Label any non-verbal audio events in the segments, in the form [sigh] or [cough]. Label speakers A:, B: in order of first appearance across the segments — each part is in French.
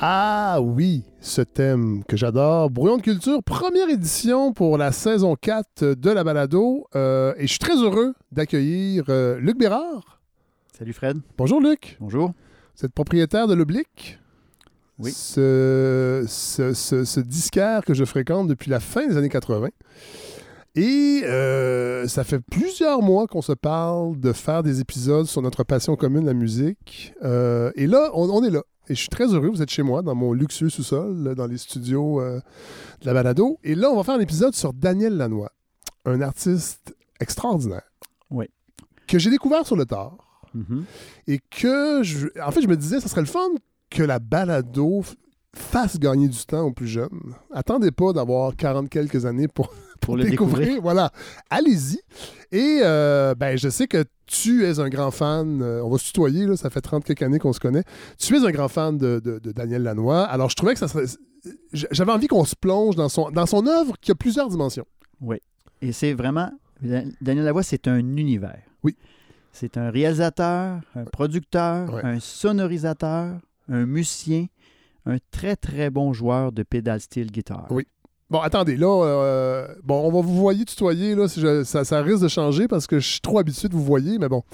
A: Ah oui, ce thème que j'adore. Brouillon de culture, première édition pour la saison 4 de la balado. Euh, et je suis très heureux d'accueillir euh, Luc Bérard.
B: Salut Fred.
A: Bonjour Luc.
B: Bonjour.
A: Vous êtes propriétaire de l'Oblique.
B: Oui.
A: Ce, ce, ce- ce disquaire que je fréquente depuis la fin des années 80. Et euh, ça fait plusieurs mois qu'on se parle de faire des épisodes sur notre passion commune, la musique. Euh, et là, on, on est là. Et je suis très heureux, vous êtes chez moi, dans mon luxueux sous-sol, là, dans les studios euh, de la balado. Et là, on va faire un épisode sur Daniel Lanois, un artiste extraordinaire.
B: Oui.
A: Que j'ai découvert sur le tard
B: Mhm.
A: et que je, en fait je me disais ça serait le fun que la balado f- fasse gagner du temps aux plus jeunes. Attendez pas d'avoir 40 quelques années pour, [laughs]
B: Pour le découvrir.
A: Voilà, allez-y. Et euh, ben je sais que tu es un grand fan, euh, on va se tutoyer là, ça fait 30 quelques années qu'on se connaît. Tu es un grand fan de, de- de Daniel Lanois. Alors je trouvais que ça serait j'avais envie qu'on se plonge dans son dans son œuvre qui a plusieurs dimensions.
B: Et c'est vraiment. Daniel Lavoie, c'est un univers.
A: Oui.
B: C'est un réalisateur, un producteur,
A: Ouais.
B: un sonorisateur, un musicien, un très très bon joueur de pédale steel guitare.
A: Oui. Bon, attendez, là, euh, bon, on va vous voyer tutoyer, là, si je- ça, ça risque de changer parce que je suis trop habitué de vous voyer, mais bon.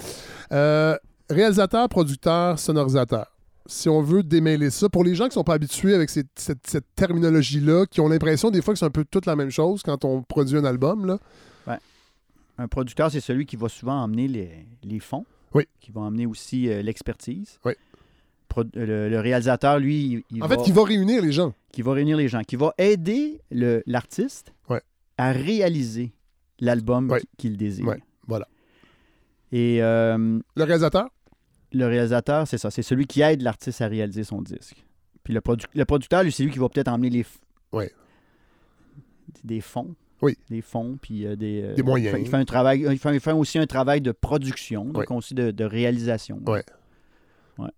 A: Euh, réalisateur, producteur, sonorisateur. Si on veut démêler ça, pour les gens qui sont pas habitués avec ces- cette, cette terminologie-là, qui ont l'impression des fois que c'est un peu toute la même chose quand on produit un album, là.
B: Un producteur, c'est celui qui va souvent emmener les, les fonds,
A: Oui.
B: qui va emmener aussi euh, l'expertise.
A: Oui.
B: Pro- euh, le, le réalisateur, lui, il, il
A: en
B: va...
A: fait, qui va réunir les gens.
B: qui va réunir les gens, qui va aider le- l'artiste
A: Ouais.
B: à réaliser l'album
A: Ouais.
B: qui- qu'il désire.
A: Ouais, voilà.
B: Et euh,
A: Le réalisateur,
B: le réalisateur, c'est ça, c'est celui qui aide l'artiste à réaliser son disque. Puis le, produ- le producteur, lui, c'est lui qui va peut-être emmener les f-
A: Ouais.
B: des fonds.
A: Oui.
B: Des fonds, puis euh, des, euh,
A: Des moyens.
B: Il fait, il fait un travail, euh, il fait, il fait aussi un travail de production, donc aussi de, de réalisation.
A: Ouais.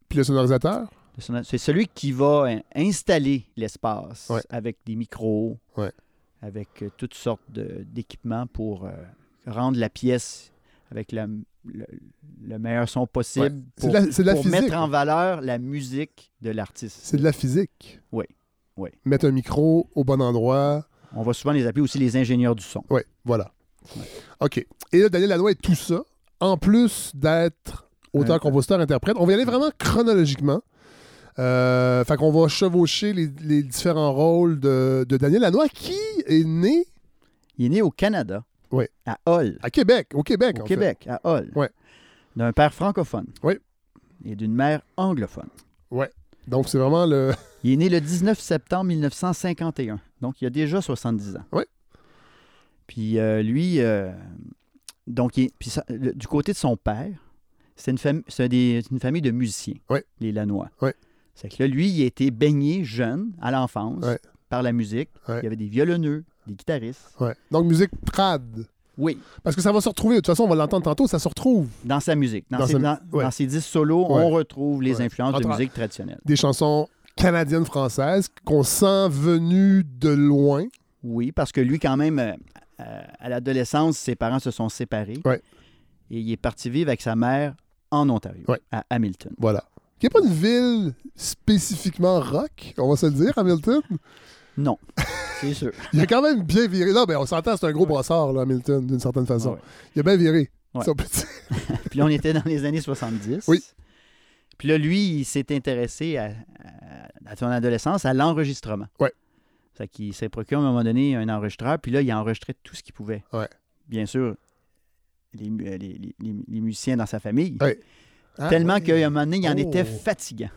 A: puis le sonorisateur.
B: C'est celui qui va hein, installer l'espace
A: Ouais.
B: avec des micros,
A: Ouais.
B: avec euh, toutes sortes de- d'équipements pour euh, rendre la pièce avec la- le, le meilleur son
A: Ouais.
B: possible
A: C'est
B: pour,
A: de la, c'est de la
B: pour
A: physique.
B: mettre en valeur la musique de l'artiste.
A: C'est de la physique.
B: Oui, oui.
A: Mettre un micro au bon endroit.
B: On va souvent les appeler aussi les ingénieurs du son.
A: Oui, voilà. OK. Et là, Daniel Lanois est tout ça, en plus d'être auteur,
B: Ouais.
A: compositeur, interprète. On va y aller vraiment chronologiquement. Euh, fait qu'on va chevaucher les, les différents rôles de, de Daniel Lanois, qui est né
B: Il est né au Canada,
A: Ouais.
B: à Hull,
A: à Québec, au Québec.
B: au
A: en
B: Québec, à Hull,
A: Ouais.
B: d'un père francophone
A: Ouais.
B: et d'une mère anglophone.
A: fait. Donc, c'est vraiment le. [laughs]
B: Il est né le 19 septembre 1951, donc il a déjà 70 ans.
A: Ouais.
B: Puis euh, lui, euh, donc il est- puis ça- le- du côté de son père, c'est une, fam- c'est des- c'est une famille de musiciens,
A: Ouais.
B: les Lanois.
A: Ouais.
B: C'est que là, lui, il a été baigné jeune, à l'enfance,
A: Ouais.
B: par la musique.
A: Ouais.
B: Il y avait des violonneux, des guitaristes.
A: Ouais. Donc, musique trad.
B: Oui,
A: Parce que ça va se retrouver. De toute façon, on va l'entendre tantôt, ça se retrouve.
B: dans sa musique. Dans,
A: Dans
B: ses,
A: sa-
B: dans-
A: ouais.
B: dans ses dix solos,
A: Ouais.
B: on retrouve les
A: Ouais.
B: influences
A: En
B: de
A: tra-
B: musique traditionnelle.
A: Des chansons canadiennes, françaises, qu'on sent venues de loin.
B: Oui, parce que lui, quand même, euh, euh, à l'adolescence, ses parents se sont séparés.
A: Ouais.
B: Et il est parti vivre avec sa mère en Ontario,
A: Ouais.
B: à Hamilton.
A: Voilà. Qui n'est pas une ville spécifiquement rock, on va se le dire, Hamilton.
B: Non, c'est sûr.
A: Il a quand même bien viré. Là, ben, on s'entend, c'est un gros brassard, là, Hamilton, d'une certaine façon.
B: Ah Ouais.
A: Il a bien viré.
B: Ouais.
A: Ça, on peut dire.
B: Puis là, on était dans les années 70.
A: Oui.
B: Puis là, lui, il s'est intéressé à, à- à son adolescence à l'enregistrement.
A: Ouais.
B: Fait qu'il s'est procuré à un moment donné un enregistreur, puis là, il enregistrait tout ce qu'il pouvait.
A: Ouais.
B: Bien sûr, les, mu- euh, les- les- les- les musiciens dans sa famille.
A: Ouais. Ah,
B: Tellement
A: ouais.
B: qu'à un moment donné, il en
A: Oh.
B: était fatigant.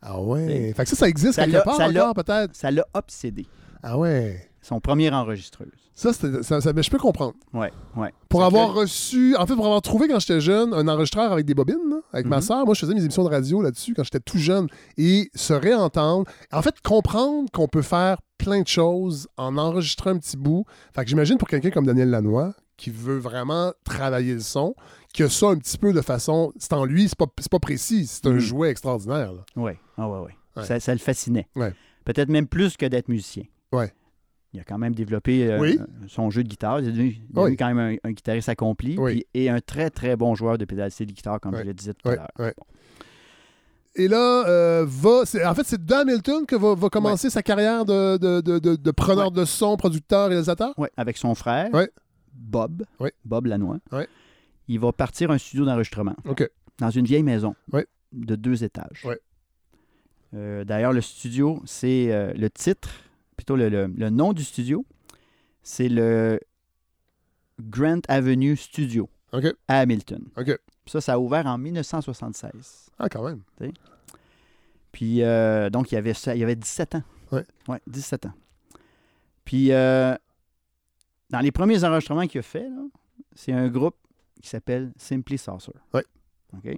A: Ah ouais.
B: C'est-
A: Fait que ça, ça existe
B: Ça
A: quelque
B: l'a-
A: part
B: ça l'a-
A: encore, peut-être.
B: Ça l'a obsédé.
A: Ah ouais.
B: son premier enregistreuse.
A: Ça, c'était- ça, ça- mais je peux comprendre.
B: Ouais, ouais.
A: Pour
B: C'est
A: avoir
B: que-
A: reçu, en fait, pour avoir trouvé quand j'étais jeune un enregistreur avec des bobines, là, avec ma
B: Mhm.
A: soeur, moi je faisais mes émissions de radio là-dessus quand j'étais tout jeune et se réentendre. En fait, comprendre qu'on peut faire plein de choses en enregistrant un petit bout. Fait que j'imagine pour quelqu'un comme Daniel Lanois qui veut vraiment travailler le son, que ça un petit peu de façon. C'est en lui, c'est pas, c'est pas précis, c'est un
B: Mhm.
A: jouet extraordinaire. là.
B: Ouais, ah ouais, ouais.
A: Ouais.
B: Ça, ça le fascinait.
A: Ouais.
B: Peut-être même plus que d'être musicien.
A: Ouais.
B: Il a quand même développé euh,
A: Oui.
B: euh, son jeu de guitare. Il est devenu, il est devenu
A: Oui.
B: quand même un, un guitariste accompli
A: Oui.
B: puis- et un très, très bon joueur de pédale de guitare, comme
A: Ouais.
B: je le disais tout à
A: Ouais,
B: l'heure.
A: ouais. Et là, euh, va, c'est- en fait, c'est Dan Hamilton que va, va commencer sa carrière de, de, de- de- de preneur de son, producteur, réalisateur.
B: Ouais, avec son frère,
A: Ouais.
B: Bob,
A: Ouais.
B: Bob Lanois.
A: Ouais.
B: Il va partir un studio d'enregistrement
A: OK.
B: dans une vieille maison
A: Ouais.
B: de deux étages.
A: Ouais.
B: Euh, D'ailleurs, le studio, c'est euh, le titre, plutôt le, le- le nom du studio, c'est le Grant Avenue Studio
A: OK.
B: à Hamilton.
A: OK.
B: Ça, ça a ouvert en 1976.
A: Ah, quand même.
B: Puis, euh, donc, il y avait, ça- il y avait 17 ans.
A: Ouais.
B: Ouais, 17 ans. Puis, euh, dans les premiers enregistrements qu'il a fait, là, c'est un groupe qui s'appelle Simply Saucer.
A: Ouais.
B: OK.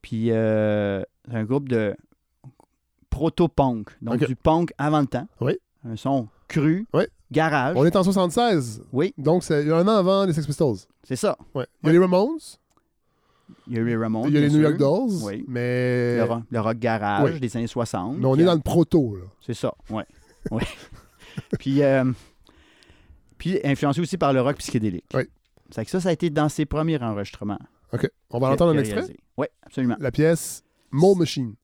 B: Puis, euh, c'est un groupe de proto-punk. Donc,
A: OK.
B: du punk avant le temps.
A: Oui.
B: Un son cru,
A: Ouais.
B: garage.
A: On est en 76.
B: Ah, Oui.
A: Donc, c'est un an avant les Sex Pistols.
B: C'est ça.
A: Ouais. Il y a les Ramones,
B: Il y a eu les Ramones.
A: il y a les
B: bien
A: New
B: sûr.
A: York Dolls,
B: Oui.
A: mais...
B: Le, rock- le rock garage
A: Oui.
B: des années 60.
A: mais on
B: Puis,
A: est dans le proto. Là.
B: C'est ça, ouais. [laughs] ouais. puis, euh, puis influencé aussi par le rock psychédélique.
A: Oui.
B: C'est que ça, ça a été dans ses premiers enregistrements.
A: OK. On va entendre un extrait.
B: Oui, absolument.
A: La pièce Mole Machine.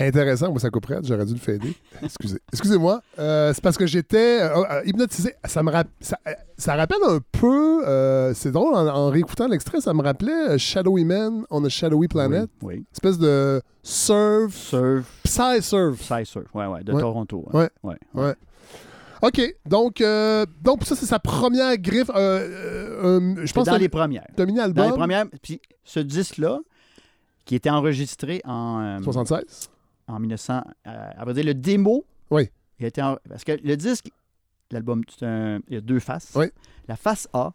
A: Intéressant, moi ça couperait, j'aurais dû le fader. [laughs] Excusez. Excusez-moi. Euh, c'est parce que j'étais euh, euh, hypnotisé. Ça me rap- ça, euh, ça rappelle un peu, euh, c'est drôle, en, en réécoutant l'extrait, ça me rappelait euh, Shadowy Man on a Shadowy Planet.
B: Oui. oui.
A: Espèce de surf,
B: Surf,
A: psy-surf.
B: Psysurf, ouais, ouais, de
A: Ouais.
B: Toronto.
A: Ouais.
B: ouais.
A: Ouais. OK, donc, euh, donc ça, c'est sa première griffe. euh, euh, euh, je
B: Puis
A: pense
B: dans
A: que
B: les premières.
A: le mini
B: Dans
A: album
B: les premières, puis ce disque-là, qui était enregistré en, euh,
A: 76.
B: en 1900, euh, à vrai dire, le démo.
A: Oui.
B: Il a été en- parce que le disque, l'album, c'est un- il y a deux faces.
A: Oui.
B: La face A,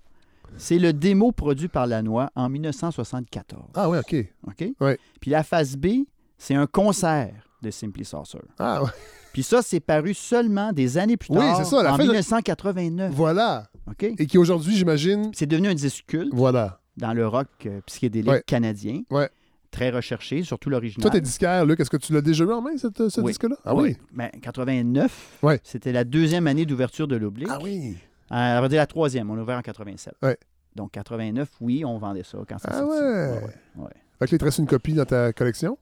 B: c'est le démo produit par Lanois en 1974.
A: Ah oui, OK.
B: OK?
A: Oui.
B: Puis la face B, c'est un concert de Simply Saucer.
A: Ah, ouais.
B: Puis ça, c'est paru seulement des années plus
A: Oui,
B: tard,
A: c'est ça, la
B: en
A: face de-
B: 1989.
A: voilà.
B: OK?
A: Et qui aujourd'hui, j'imagine,
B: C'est devenu un disque culte
A: voilà.
B: dans le rock euh, psychédélique
A: Ouais.
B: canadien.
A: Ouais.
B: Très recherché, surtout l'original.
A: Toi, t'es disquaire, Luc. Est-ce que tu l'as déjà eu en main, cette- ce
B: Oui.
A: disque-là? Ah oui.
B: Mais 89,
A: Ouais.
B: Ben, c'était la deuxième année d'ouverture de l'Oblique.
A: Ah oui.
B: Euh, on va dire la troisième, on a ouvert en 87.
A: Ouais.
B: Donc 89, oui, on vendait ça quand ça
A: Ah
B: sortit.
A: ouais.
B: ouais, ouais.
A: Fait que là, il te reste une copie dans ta collection?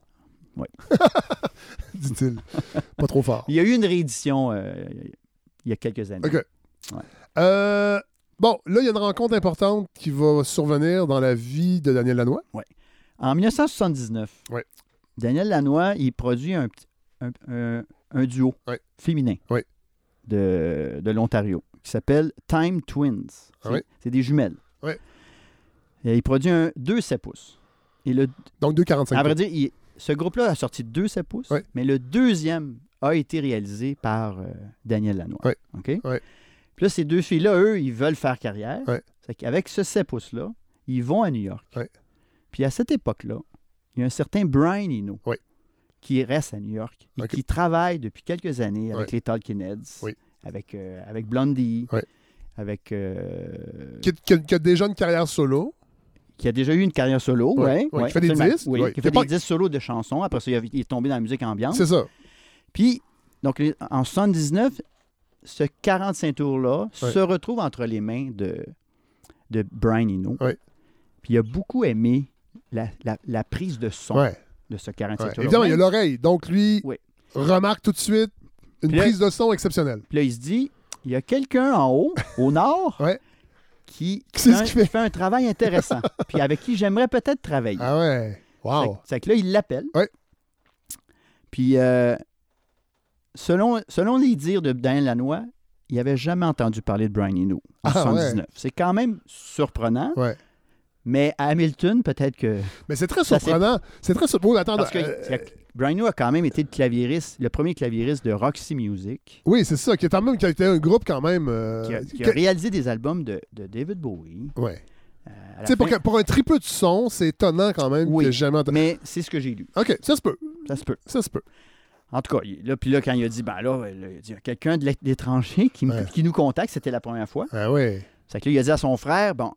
B: Oui.
A: [laughs] Dit-il. Pas trop
B: [laughs]
A: fort.
B: Il y a eu une réédition euh, il y a quelques années.
A: OK. Euh, bon, là, il y a une rencontre importante qui va survenir dans la vie de Daniel Lanois.
B: En 1979,
A: Ouais.
B: Daniel Lanois, il produit un, petit- un, un- un duo
A: Ouais.
B: féminin
A: Ouais.
B: de, de l'Ontario qui s'appelle Time Twins. C'est
A: Ah ouais.
B: c'est des jumelles.
A: Ouais.
B: Et il produit un 2 7 pouces. Et le,
A: Donc, 2,45.
B: à Ah, vrai dire, il- ce groupe-là a sorti 2 7 pouces,
A: Ouais.
B: mais le deuxième a été réalisé par euh, Daniel Lanois.
A: Ouais.
B: OK?
A: Ouais.
B: Puis là, ces deux filles-là, eux, ils veulent faire carrière.
A: Ouais.
B: Avec ce 7 pouces-là, ils vont à New York.
A: Ouais.
B: Puis à cette époque-là, il y a un certain Brian Eno
A: Ouais.
B: qui reste à New York et
A: Ok.
B: qui travaille depuis quelques années avec les Talking Heads,
A: Oui.
B: avec, euh, avec Blondie,
A: Ouais.
B: avec, euh,
A: Qui, qui- qui a déjà une carrière solo.
B: qui a déjà eu une carrière solo.
A: Ouais.
B: ouais,
A: Ouais,
B: ouais,
A: qui fait des
B: absolument.
A: disques,
B: Oui,
A: ouais.
B: qui
A: Il y a
B: fait des
A: pas-
B: disques solos de chansons. Après ça, il a- il est tombé dans la musique ambiante.
A: C'est ça.
B: Puis, donc, les- en 79, ce 45 tours-là
A: Ouais.
B: se retrouve entre les mains de, de Brian Eno.
A: Ouais.
B: Puis, il a beaucoup aimé la, la- la prise de son
A: Ouais.
B: de ce 45
A: ouais.
B: tours-là.
A: Évidemment, il y a
B: Même-
A: l'oreille. Donc, lui,
B: Oui.
A: remarque tout de suite une
B: Puis là-
A: prise de son exceptionnelle.
B: Puis là, il se dit, il y a quelqu'un en haut, au nord,
A: Ouais.
B: qui,
A: Qui sait
B: fait
A: ce
B: un,
A: qu'il fait.
B: qui fait un
A: [laughs]
B: travail intéressant, puis avec qui j'aimerais peut-être travailler.
A: Ah ouais. Wow.
B: C'est que là, il l'appelle.
A: Ouais.
B: Puis, euh, selon, selon les dires de Daniel Lanois, il n'avait jamais entendu parler de Brian Eno en
A: Ah,
B: 79. C'est quand même surprenant,
A: Ouais.
B: mais à Hamilton, peut-être que...
A: Mais c'est très
B: Ça,
A: surprenant. C'est très surprenant. Attends,
B: Parce que
A: euh,
B: c'est- Brian Eno a quand même été le claviériste, le premier claviériste de Roxy Music,
A: Oui, c'est ça, qui est quand même qui a été un groupe quand même. euh,
B: qui a, qui a
A: que-
B: réalisé des albums de, de David Bowie.
A: Ouais.
B: euh, à la
A: Tu sais, pour,
B: fin.
A: que- pour un triple de son, c'est étonnant quand même
B: Oui.
A: que j'ai jamais entendu.
B: Mais c'est ce que j'ai lu.
A: OK, ça se peut.
B: Ça se peut.
A: Ça se peut.
B: En tout cas, il- là, puis là, quand il a dit, ben là, là, il y a quelqu'un de l'é- l'étranger qui, me-
A: Ouais.
B: qui nous contacte, c'était la première fois.
A: Ah ouais.
B: C'est que là, il a dit à son frère, bon,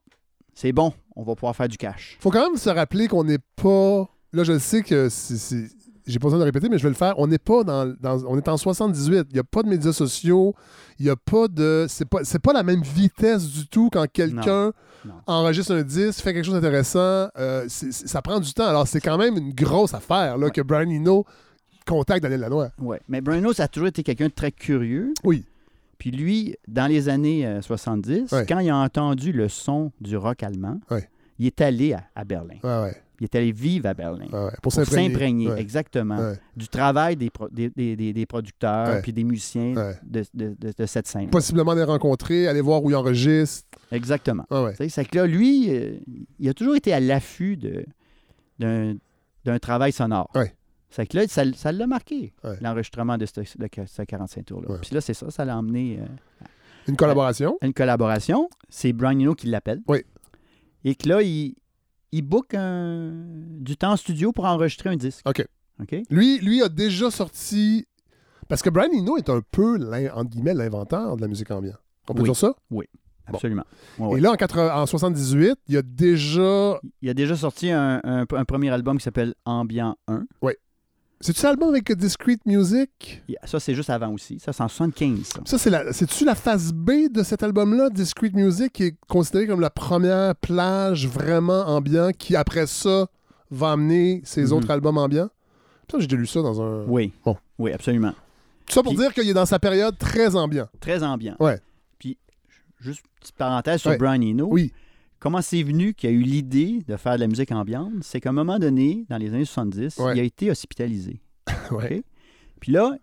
B: c'est bon, on va pouvoir faire du cash.
A: Faut quand même se rappeler qu'on n'est pas. Là, je le sais que c'est- c'est. J'ai pas besoin de le répéter, mais je vais le faire. On n'est pas dans, dans- On est en 78. Il n'y a pas de médias sociaux. Il n'y a pas de. C'est pas, c'est pas la même vitesse du tout quand quelqu'un
B: Non.
A: enregistre un disque, fait quelque chose d'intéressant. euh, c'est- c'est- ça prend du temps. Alors, c'est quand même une grosse affaire là,
B: Ouais.
A: que Brian Eno contacte Daniel Lanois.
B: Ouais. Mais Bruno, ça a toujours été quelqu'un de très curieux.
A: Oui.
B: Puis lui, dans les années euh, 70,
A: Ouais.
B: quand il a entendu le son du rock allemand,
A: Ouais.
B: il est allé à, à Berlin.
A: Ouais, ouais,
B: Il est allé vivre à Berlin.
A: ouais, ouais. Pour
B: Pour
A: s'imprégner.
B: s'imprégner,
A: Ouais,
B: exactement,
A: ouais.
B: du travail des, pro- des, des- des- des producteurs
A: Ouais.
B: puis des musiciens
A: Ouais.
B: de, de- de- de cette scène.
A: Possiblement les rencontrer, aller voir où ils enregistrent.
B: Exactement.
A: Ouais, ouais.
B: Tu sais, C'est que là, lui, euh, il a toujours été à l'affût de- d'un d'un travail sonore.
A: Ouais.
B: C'est que là, ça ça l'a marqué,
A: Ouais.
B: l'enregistrement de ce, de ce 45 tours-là.
A: Ouais.
B: Puis là, c'est ça, ça l'a emmené euh,
A: Une collaboration.
B: à une collaboration. C'est Brian Eno qui l'appelle.
A: Oui.
B: Et que là, il, il book un- du temps en studio pour enregistrer un disque.
A: OK.
B: OK?
A: Lui, lui a déjà sorti. Parce que Brian Eno est un peu l'in- entre guillemets, l'inventeur de la musique ambiante. On peut
B: Oui.
A: dire ça?
B: Absolument. Ouais.
A: Et là, en, 80 en 78, il y a déjà.
B: Il a déjà sorti un, un- un premier album qui s'appelle Ambient 1.
A: C'est-tu ça l'album avec Discreet Music?
B: Il- Ça, c'est juste avant aussi. Ça, c'est en 75. ça.
A: Ça, c'est la... c'est-tu la phase B de cet album-là, Discreet Music, qui est considérée comme la première plage vraiment ambiant qui, après ça, va amener ses
B: Mhm.
A: autres albums ambiants? Putain, j'ai déjà lu ça dans un.
B: Oui.
A: Bon.
B: Oui, absolument.
A: Tout ça pour
B: Puis-
A: dire qu'il est dans sa période très
B: [laughs]
A: ambiant.
B: très ambiant.
A: Ouais.
B: Puis, juste petite parenthèse sur
A: Ouais.
B: Brian Eno.
A: Oui.
B: Comment c'est venu qu'il a eu l'idée de faire de la musique ambiante? C'est qu'à un moment donné, dans les années 70,
A: Ouais.
B: il a été hospitalisé.
A: Ouais.
B: OK? Puis là,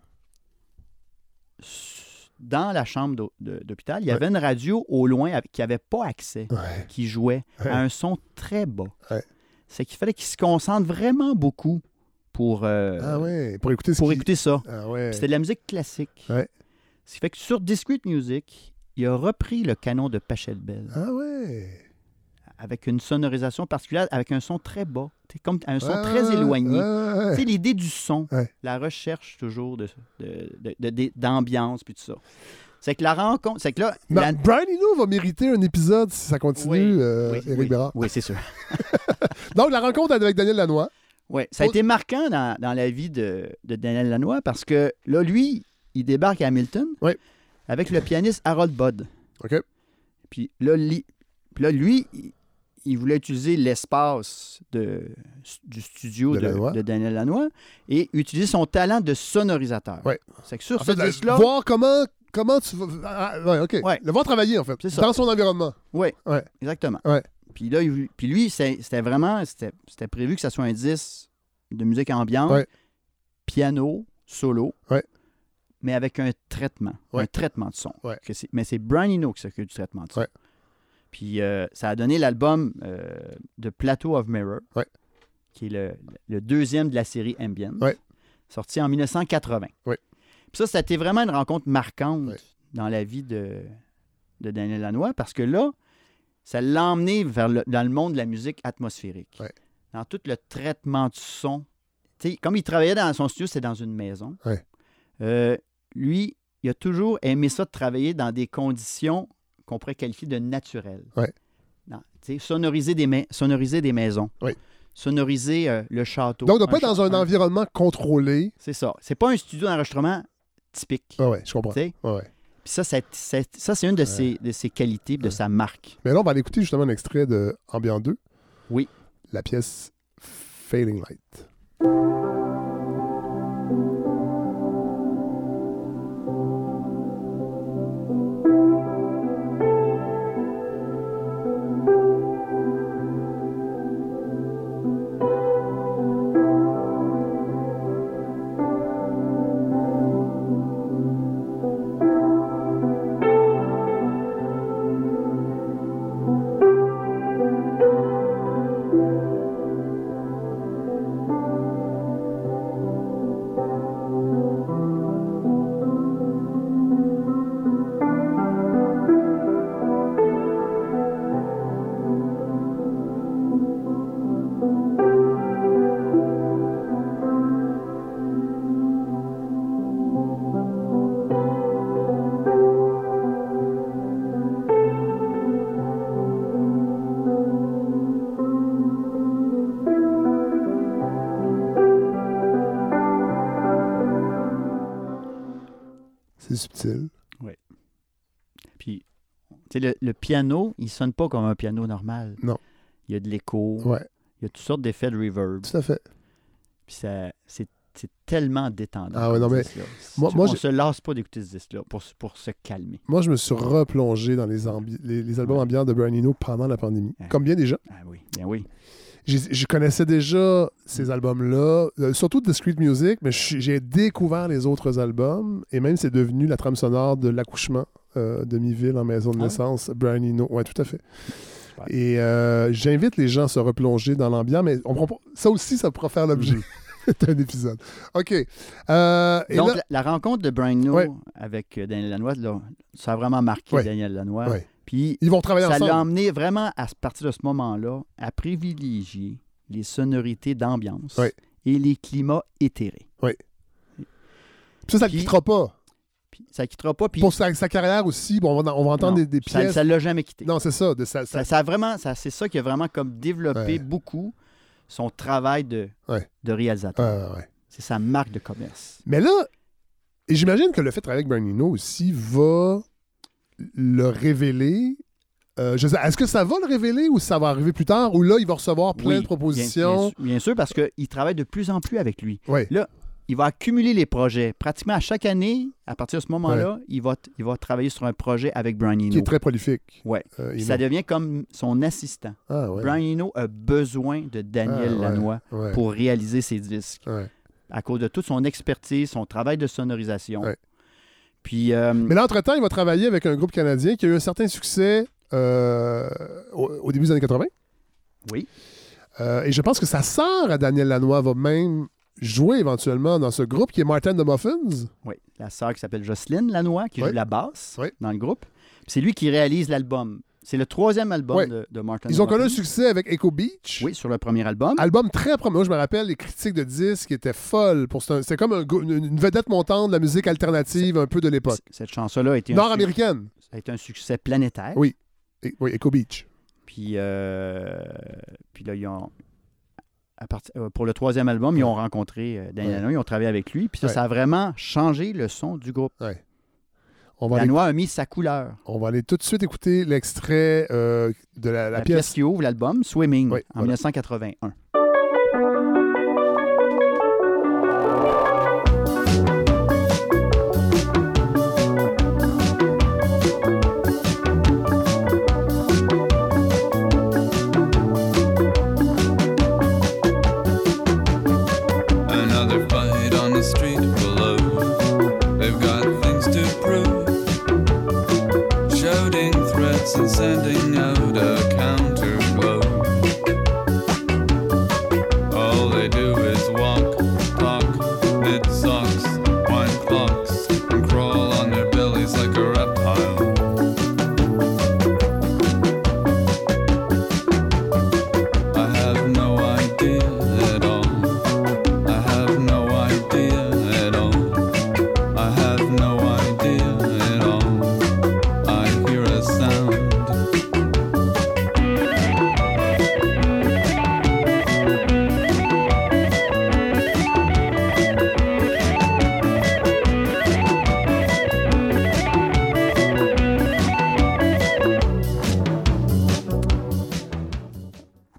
B: s- dans la chambre d'hô- de- d'hôpital, il y
A: Ouais.
B: avait une radio au loin avec- qui n'avait pas accès,
A: Ouais.
B: qui jouait
A: Ouais.
B: à un son très bas.
A: Ouais.
B: C'est qu'il fallait qu'il se concentre vraiment beaucoup pour, euh,
A: Ah ouais, pour écouter ce
B: pour
A: qui-
B: écouter ça.
A: Ah ouais.
B: Puis C'était de la musique classique.
A: Ouais.
B: Ce qui fait que sur Discrete Music, il a repris le canon de Pachelbel
A: Ah ouais.
B: avec une sonorisation particulière, avec un son très bas, t'sais, comme un son
A: Ouais,
B: très
A: ouais,
B: éloigné.
A: Ah, ouais, ouais, ouais.
B: C'est l'idée du son,
A: Ouais.
B: la recherche toujours de, de- de- de- de- d'ambiance puis tout ça. C'est que la rencontre, c'est que là,
A: Ma-
B: la-
A: Brian Eno va mériter un épisode si ça continue,
B: Oui,
A: euh,
B: oui,
A: Éric
B: oui,
A: Bérard.
B: oui, c'est sûr.
A: Donc, la rencontre avec Daniel Lanois.
B: Ouais, ça a
A: Faut-
B: été marquant dans, dans la vie de, de Daniel Lanois parce que là, lui, il débarque à Hamilton
A: Ouais.
B: avec le pianiste Harold Budd.
A: OK.
B: Puis là, li- puis là, lui, il, il voulait utiliser l'espace de, du studio
A: De
B: de,
A: Lanois.
B: de Daniel Lanois et utiliser son talent de sonorisateur.
A: Ouais.
B: C'est que sur
A: En
B: ce
A: fait, la-
B: disque-là,
A: voir comment, comment tu vas. ah, ah, ouais, OK.
B: Ouais.
A: Le voir travailler, en fait,
B: C'est ça.
A: dans son environnement.
B: exactement.
A: Ouais.
B: Puis là, il- puis lui, c'est- c'était vraiment, c'était c'était prévu que ça soit un 10 de musique ambiante,
A: Ouais.
B: piano, solo,
A: Ouais.
B: mais avec un traitement,
A: Ouais.
B: un traitement de son.
A: Ouais.
B: Que c'est- mais c'est Brian Eno qui s'occupe du traitement de son.
A: Ouais.
B: Puis euh, ça a donné l'album euh, de Plateau of Mirror,
A: Ouais.
B: qui est le, le deuxième de la série Ambient,
A: Ouais.
B: sorti en 1980.
A: Ouais.
B: Puis ça, ça a été vraiment une rencontre marquante
A: Ouais.
B: dans la vie de, de Daniel Lanois, parce que là, ça l'a emmené vers le- dans le monde de la musique atmosphérique.
A: Ouais.
B: Dans tout le traitement du son. Tu sais, comme il travaillait dans son studio, c'est dans une maison.
A: Ouais.
B: Euh, lui, il a toujours aimé ça de travailler dans des conditions qu'on pourrait qualifier de naturelles.
A: Ouais.
B: Dans- tu sais, sonoriser, des mais- sonoriser des maisons.
A: Ouais.
B: Sonoriser euh, le château.
A: Donc, on n'est pas
B: cha-
A: dans un environnement contrôlé. Ah
B: C'est ça. C'est pas un studio d'enregistrement typique.
A: Ouais, ouais, je comprends.
B: tu sais.
A: Ouais, ouais.
B: Puis ça, ça, ça- ça, c'est une de, ses, de ses qualités, de
A: Ouais.
B: sa marque.
A: Mais là, on va aller écouter justement un extrait de Ambient 2.
B: Oui.
A: La pièce Failing Light. C'est subtil.
B: Puis, tu sais, le, le piano, il sonne pas comme un piano normal.
A: Non.
B: Il y a de l'écho,
A: Ouais,
B: il y a toutes sortes d'effets de reverb.
A: tout à fait.
B: Puis ça, c'est, c'est tellement détendant.
A: Ah ouais, non,
B: comme
A: mais
B: disque-là.
A: moi-
B: Tu-
A: moi,
B: on
A: j'ai-
B: se lasse pas d'écouter ce disque-là pour, se- pour se calmer.
A: Moi, je me suis replongé dans les, ambi- les, les albums
B: Ouais.
A: ambiants de Brian Eno pendant la pandémie,
B: Ouais.
A: comme bien des gens.
B: Ah oui, bien oui.
A: J'ai- Je connaissais déjà ces albums-là, euh, surtout Discreet Music, mais je suis- j'ai découvert les autres albums et même c'est devenu la trame sonore de l'accouchement euh, de Miville en maison de
B: Ah ouais?
A: naissance, Brian Eno. Ouais, tout à fait. Et euh, j'invite les gens à se replonger dans l'ambiance, mais on prend pas- ça aussi, ça pourra faire
B: [laughs]
A: l'objet d'un épisode. OK. Euh, et
B: Donc,
A: là-
B: la, la rencontre de Brian Eno
A: Ouais.
B: avec euh, Daniel Lanois, là, ça a vraiment marqué
A: Ouais.
B: Daniel Lanois.
A: Ouais.
B: Puis,
A: ils vont travailler
B: ça l'a
A: ensemble.
B: emmené vraiment, à partir de ce moment-là, à privilégier les sonorités d'ambiance
A: Ouais.
B: et les climats éthérés.
A: Puis ça, ça ne
B: Puis-
A: quittera pas.
B: Puis, ça quittera pas, puis
A: Pour sa, sa carrière aussi, bon, on, va, on va entendre
B: Non,
A: des, des
B: ça
A: pièces.
B: ne l'a jamais quitté.
A: Non, c'est ça. De sa- sa-
B: Ça, ça a vraiment, ça, c'est ça qui a vraiment comme développé
A: Ouais.
B: beaucoup son travail de,
A: Ouais.
B: de réalisateur.
A: Ouais, ouais, ouais.
B: C'est sa marque de commerce.
A: Mais là, et j'imagine que le fait de travailler avec Brian Eno aussi va le révéler. Euh, je sais- Est-ce que ça va le révéler ou ça va arriver plus tard ou là, il va recevoir plein
B: Oui,
A: de
B: bien-
A: propositions?
B: Bien, sûr- bien sûr, parce qu'il travaille de plus en plus avec lui.
A: Ouais.
B: Là, il va accumuler les projets. Pratiquement à chaque année, à partir de ce moment-là, il, va, t- il va travailler sur un projet avec Brian
A: qui
B: Eno.
A: est très prolifique.
B: Ouais.
A: Euh,
B: Puis
A: Eno.
B: Ça devient comme son assistant.
A: Ah, ouais.
B: Brian Eno a besoin de Daniel
A: Ah, ouais.
B: Lanois
A: Ouais.
B: pour réaliser ses disques.
A: Ouais.
B: à cause de toute son expertise, son travail de sonorisation.
A: Ouais.
B: Puis, euh,
A: Mais là, entre-temps, il va travailler avec un groupe canadien qui a eu un certain succès euh, au, au début des années 80.
B: oui,
A: Euh, et je pense que sa sœur, à Daniel Lanois, va même jouer éventuellement dans ce groupe qui est Martin de Muffins.
B: oui, la sœur qui s'appelle Jocelyne Lanois, qui
A: Ouais.
B: joue la basse
A: Ouais.
B: dans le groupe. Puis C'est lui qui réalise l'album. C'est le troisième album
A: Ouais.
B: de, de Martin.
A: Ils ont
B: Lawrence.
A: connu un succès avec Echo Beach.
B: Oui, sur le premier album.
A: Album très promis. Moi, je me rappelle, les critiques de disques étaient folles. Pour... ce- C'était comme un go- une une vedette montante de la musique alternative un peu de l'époque.
B: C- Cette chanson-là a, été un suc-
A: Nord-américaine.
B: a été un succès planétaire.
A: Oui. Et- Oui, Echo Beach.
B: Puis, euh, puis là, ils ont. à parti- euh, pour le troisième album, ils ont rencontré euh, Daniel
A: Ouais.
B: Lanois, ils ont travaillé avec lui. Puis ça,
A: Ouais.
B: ça a vraiment changé le son du groupe.
A: On va, aller,
B: Lanois a mis sa couleur.
A: on va aller tout de suite écouter l'extrait euh, de la, la
B: La, pièce...
A: pièce.
B: qui ouvre l'album, Swimming,
A: Oui,
B: en
A: voilà.
B: 1981.
C: Another fight on the street below. They've got things to prove. Shouting threats and sending out a counter blow. All they do is walk, talk, knit socks, wind clocks, and crawl on their bellies like a reptile. I have no idea at all. I have no idea at all. I have no idea at all. I hear a sound.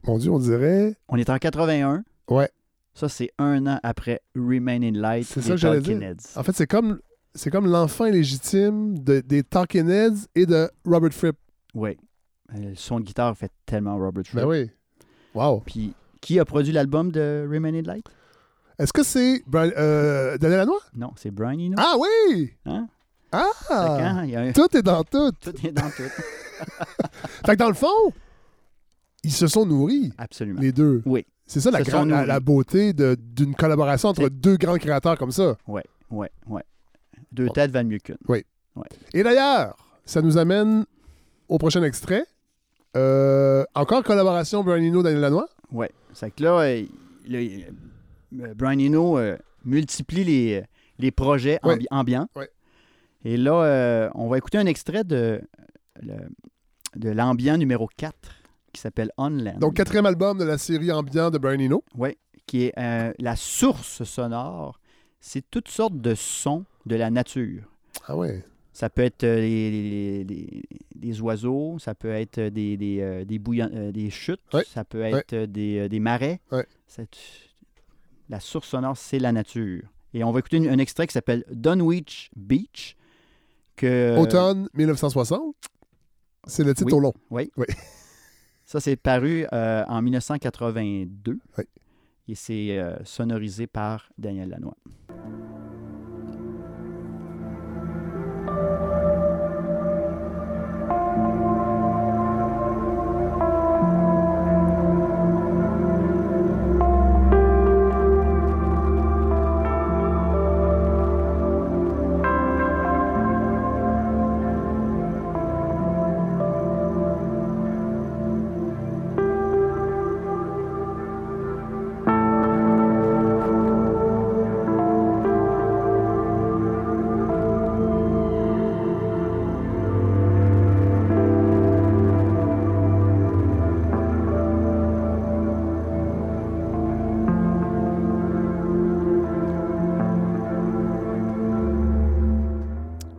A: Mon Dieu, on dirait.
B: On est en 81.
A: Ouais.
B: Ça, c'est un an après Remain in Light
A: C'est
B: des
A: ça que j'allais
B: Talking
A: dire. Ah.
B: Heads.
A: En fait, c'est comme. C'est comme l'enfant illégitime de- des Talking Heads et de Robert Fripp.
B: Oui. Euh, Le son de guitare fait tellement Robert Fripp.
A: Ben oui. Wow.
B: Puis, qui a produit l'album de Remain in Light?
A: Est-ce que c'est Brian- euh, Daniel Lanois?
B: Non, c'est Brian Eno.
A: Ah oui!
B: Hein? Fait que,
A: Ah!
B: hein, il y a un- [laughs]
A: Tout est dans tout.
B: Tout est dans tout.
A: Fait que dans le fond, ils se sont nourris,
B: Absolument.
A: les deux.
B: Oui.
A: C'est ça la,
B: Se sont
A: grande- la,
B: nourris.
A: la beauté de- d'une collaboration entre
B: C'est-
A: deux grands créateurs comme ça.
B: Ouais, ouais. Deux têtes valent mieux qu'une.
A: Et d'ailleurs, ça nous amène au prochain extrait. Euh, encore collaboration Brian Eno, Daniel Lanois.
B: Ouais. C'est que là, euh, le- euh, Brian Eno euh, multiplie les, les projets
A: Ouais.
B: ambi- ambiants.
A: Ouais.
B: Et là, euh, on va écouter un extrait de, le- de l'ambiant numéro 4 qui s'appelle Onland,
A: Donc, quatrième album de la série Ambiant de Brian Eno.
B: qui est euh, la source sonore. C'est toutes sortes de sons de la nature.
A: Ah ouais.
B: Ça peut être euh, les, les- les- les oiseaux, ça peut être des, des, euh, des, bouillon- euh, des chutes,
A: Ouais.
B: ça peut être euh, des, euh, des marais.
A: Ouais.
B: C'est- La source sonore, c'est la nature. Et on va écouter une- un extrait qui s'appelle Dunwich Beach. Que,
A: Euh. Automne 1960. C'est le titre
B: oui.
A: au long.
B: Ça, c'est paru euh, en 1982.
A: Oui.
B: Et c'est euh, sonorisé par Daniel Lanois.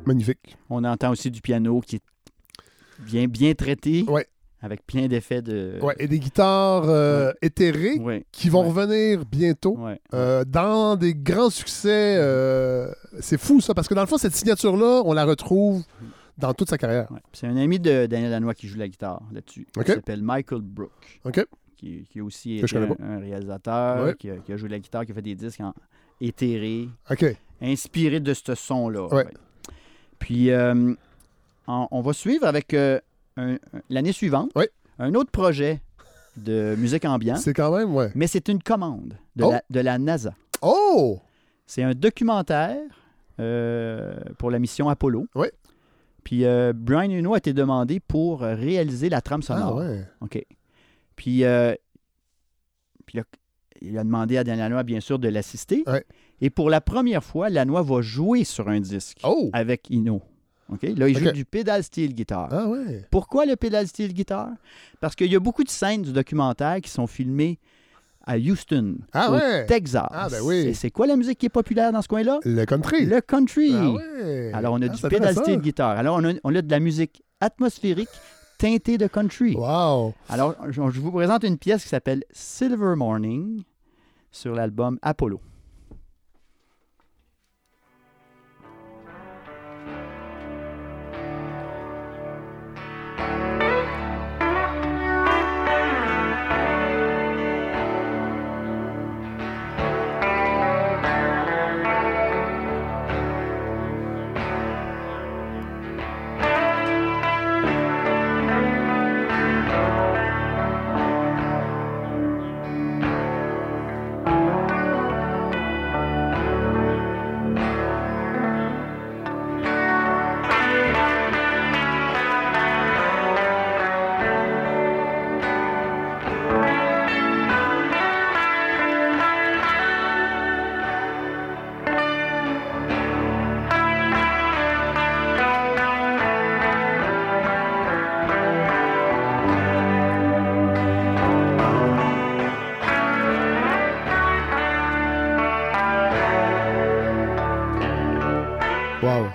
A: Magnifique.
B: On entend aussi du piano qui est bien, bien traité,
A: Ouais.
B: avec plein d'effets de...
A: Ouais, et des guitares euh, éthérées
B: Euh. Ouais,
A: qui vont
B: ouais,
A: revenir bientôt
B: ouais.
A: euh, dans des grands succès. euh, c'est fou ça, parce que dans le fond, cette signature-là, on la retrouve dans toute sa carrière.
B: Ouais. Puis C'est un ami de Daniel Lanois qui joue la guitare là-dessus.
A: OK.
B: qui s'appelle Michael Brook.
A: OK.
B: Qui, qui a aussi
A: Que je
B: été
A: connais
B: un, un réalisateur,
A: Ouais.
B: qui, a, qui a joué de la guitare, qui a fait des disques en éthéré,
A: OK.
B: inspiré de ce son-là.
A: Ouais.
B: Ouais. Puis, euh, on, on va suivre avec euh, un- un- l'année suivante
A: Ouais.
B: un autre projet de musique ambiante,
A: C'est quand même, ouais.
B: mais c'est une commande de,
A: Oh!
B: la, de la NASA.
A: Oh!
B: C'est un documentaire euh, pour la mission Apollo.
A: Ouais.
B: Puis euh, Brian Eno a été demandé pour euh, réaliser la trame
A: Ah
B: sonore.
A: ouais.
B: OK. Puis, euh, puis là, il a demandé à Dan Lanois, bien sûr, de l'assister.
A: Ouais.
B: Et pour la première fois, Lanois va jouer sur un disque
A: Oh!
B: avec Ino. OK? Là, il joue
A: OK.
B: du pedal steel guitar.
A: Ah ouais.
B: Pourquoi le pedal steel guitar? Parce qu'il y a beaucoup de scènes du documentaire qui sont filmées à Houston,
A: Ah
B: au
A: ouais.
B: Texas.
A: Ah ben oui.
B: Et c'est quoi la musique qui est populaire dans ce coin-là?
A: Le country.
B: Le country.
A: Ah ouais.
B: Alors, on a
A: Ah,
B: du
A: c'est
B: pedal
A: intéressant.
B: steel guitar. Alors, on a, on a de la musique atmosphérique teintée de country.
A: Wow.
B: Alors, je je vous présente une pièce qui s'appelle Silver Morning sur l'album Apollo.
A: Wow.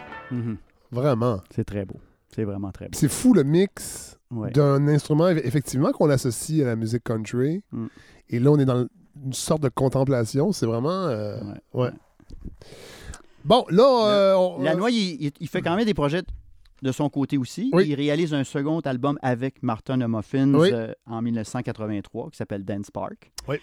A: Vraiment.
B: C'est très beau. C'est vraiment très beau.
A: C'est fou le mix
B: Ouais.
A: d'un instrument eff- effectivement qu'on associe à la musique country.
B: Mm.
A: Et là, on est dans une sorte de contemplation. C'est vraiment. euh,
B: Ouais.
A: Bon, là, euh, on-
B: Lanois, il, il- il fait quand même des projets de son côté aussi.
A: Oui.
B: Il réalise un second album avec Martin Homophins
A: Oui.
B: euh, en 1983 qui s'appelle Dance Park.
A: Oui.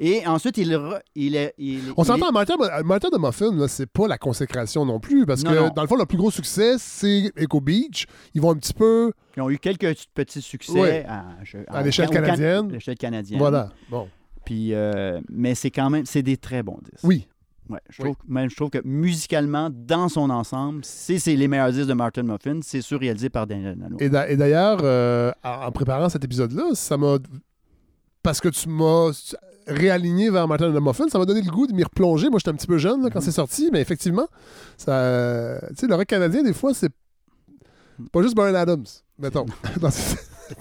B: Et ensuite, il, re- il est. il-
A: on
B: il
A: s'entend, Martin, Martin de Muffin, là, c'est pas la consécration non plus, parce
B: Non,
A: que
B: non.
A: dans le fond, le plus gros succès, c'est Echo Beach. Ils vont un petit peu
B: est- Ils ont eu quelques petits succès
A: Ouais.
B: à, je-
A: à
B: en-
A: l'échelle
B: au can-
A: canadienne.
B: l'échelle canadienne.
A: Voilà. Bon.
B: Puis, euh, mais c'est quand même, c'est des très bons disques.
A: Oui.
B: Ouais, je trouve, même, je trouve que musicalement, dans son ensemble, c'est c'est les meilleurs disques de Martin Muffin, c'est sûr réalisé par Daniel Lanois.
A: Et, d'a- et d'ailleurs, euh, en en préparant cet épisode-là, ça m'a. Parce que tu m'as réaligné vers Martin and the Muffin, ça m'a donné le goût de m'y replonger. Moi, j'étais un petit peu jeune là, quand
B: Mhm.
A: c'est sorti, mais effectivement,
B: [laughs]
A: ça. Tu sais, le rock canadien, des fois, c'est. Pas juste Brian Adams, mettons. Dans ce-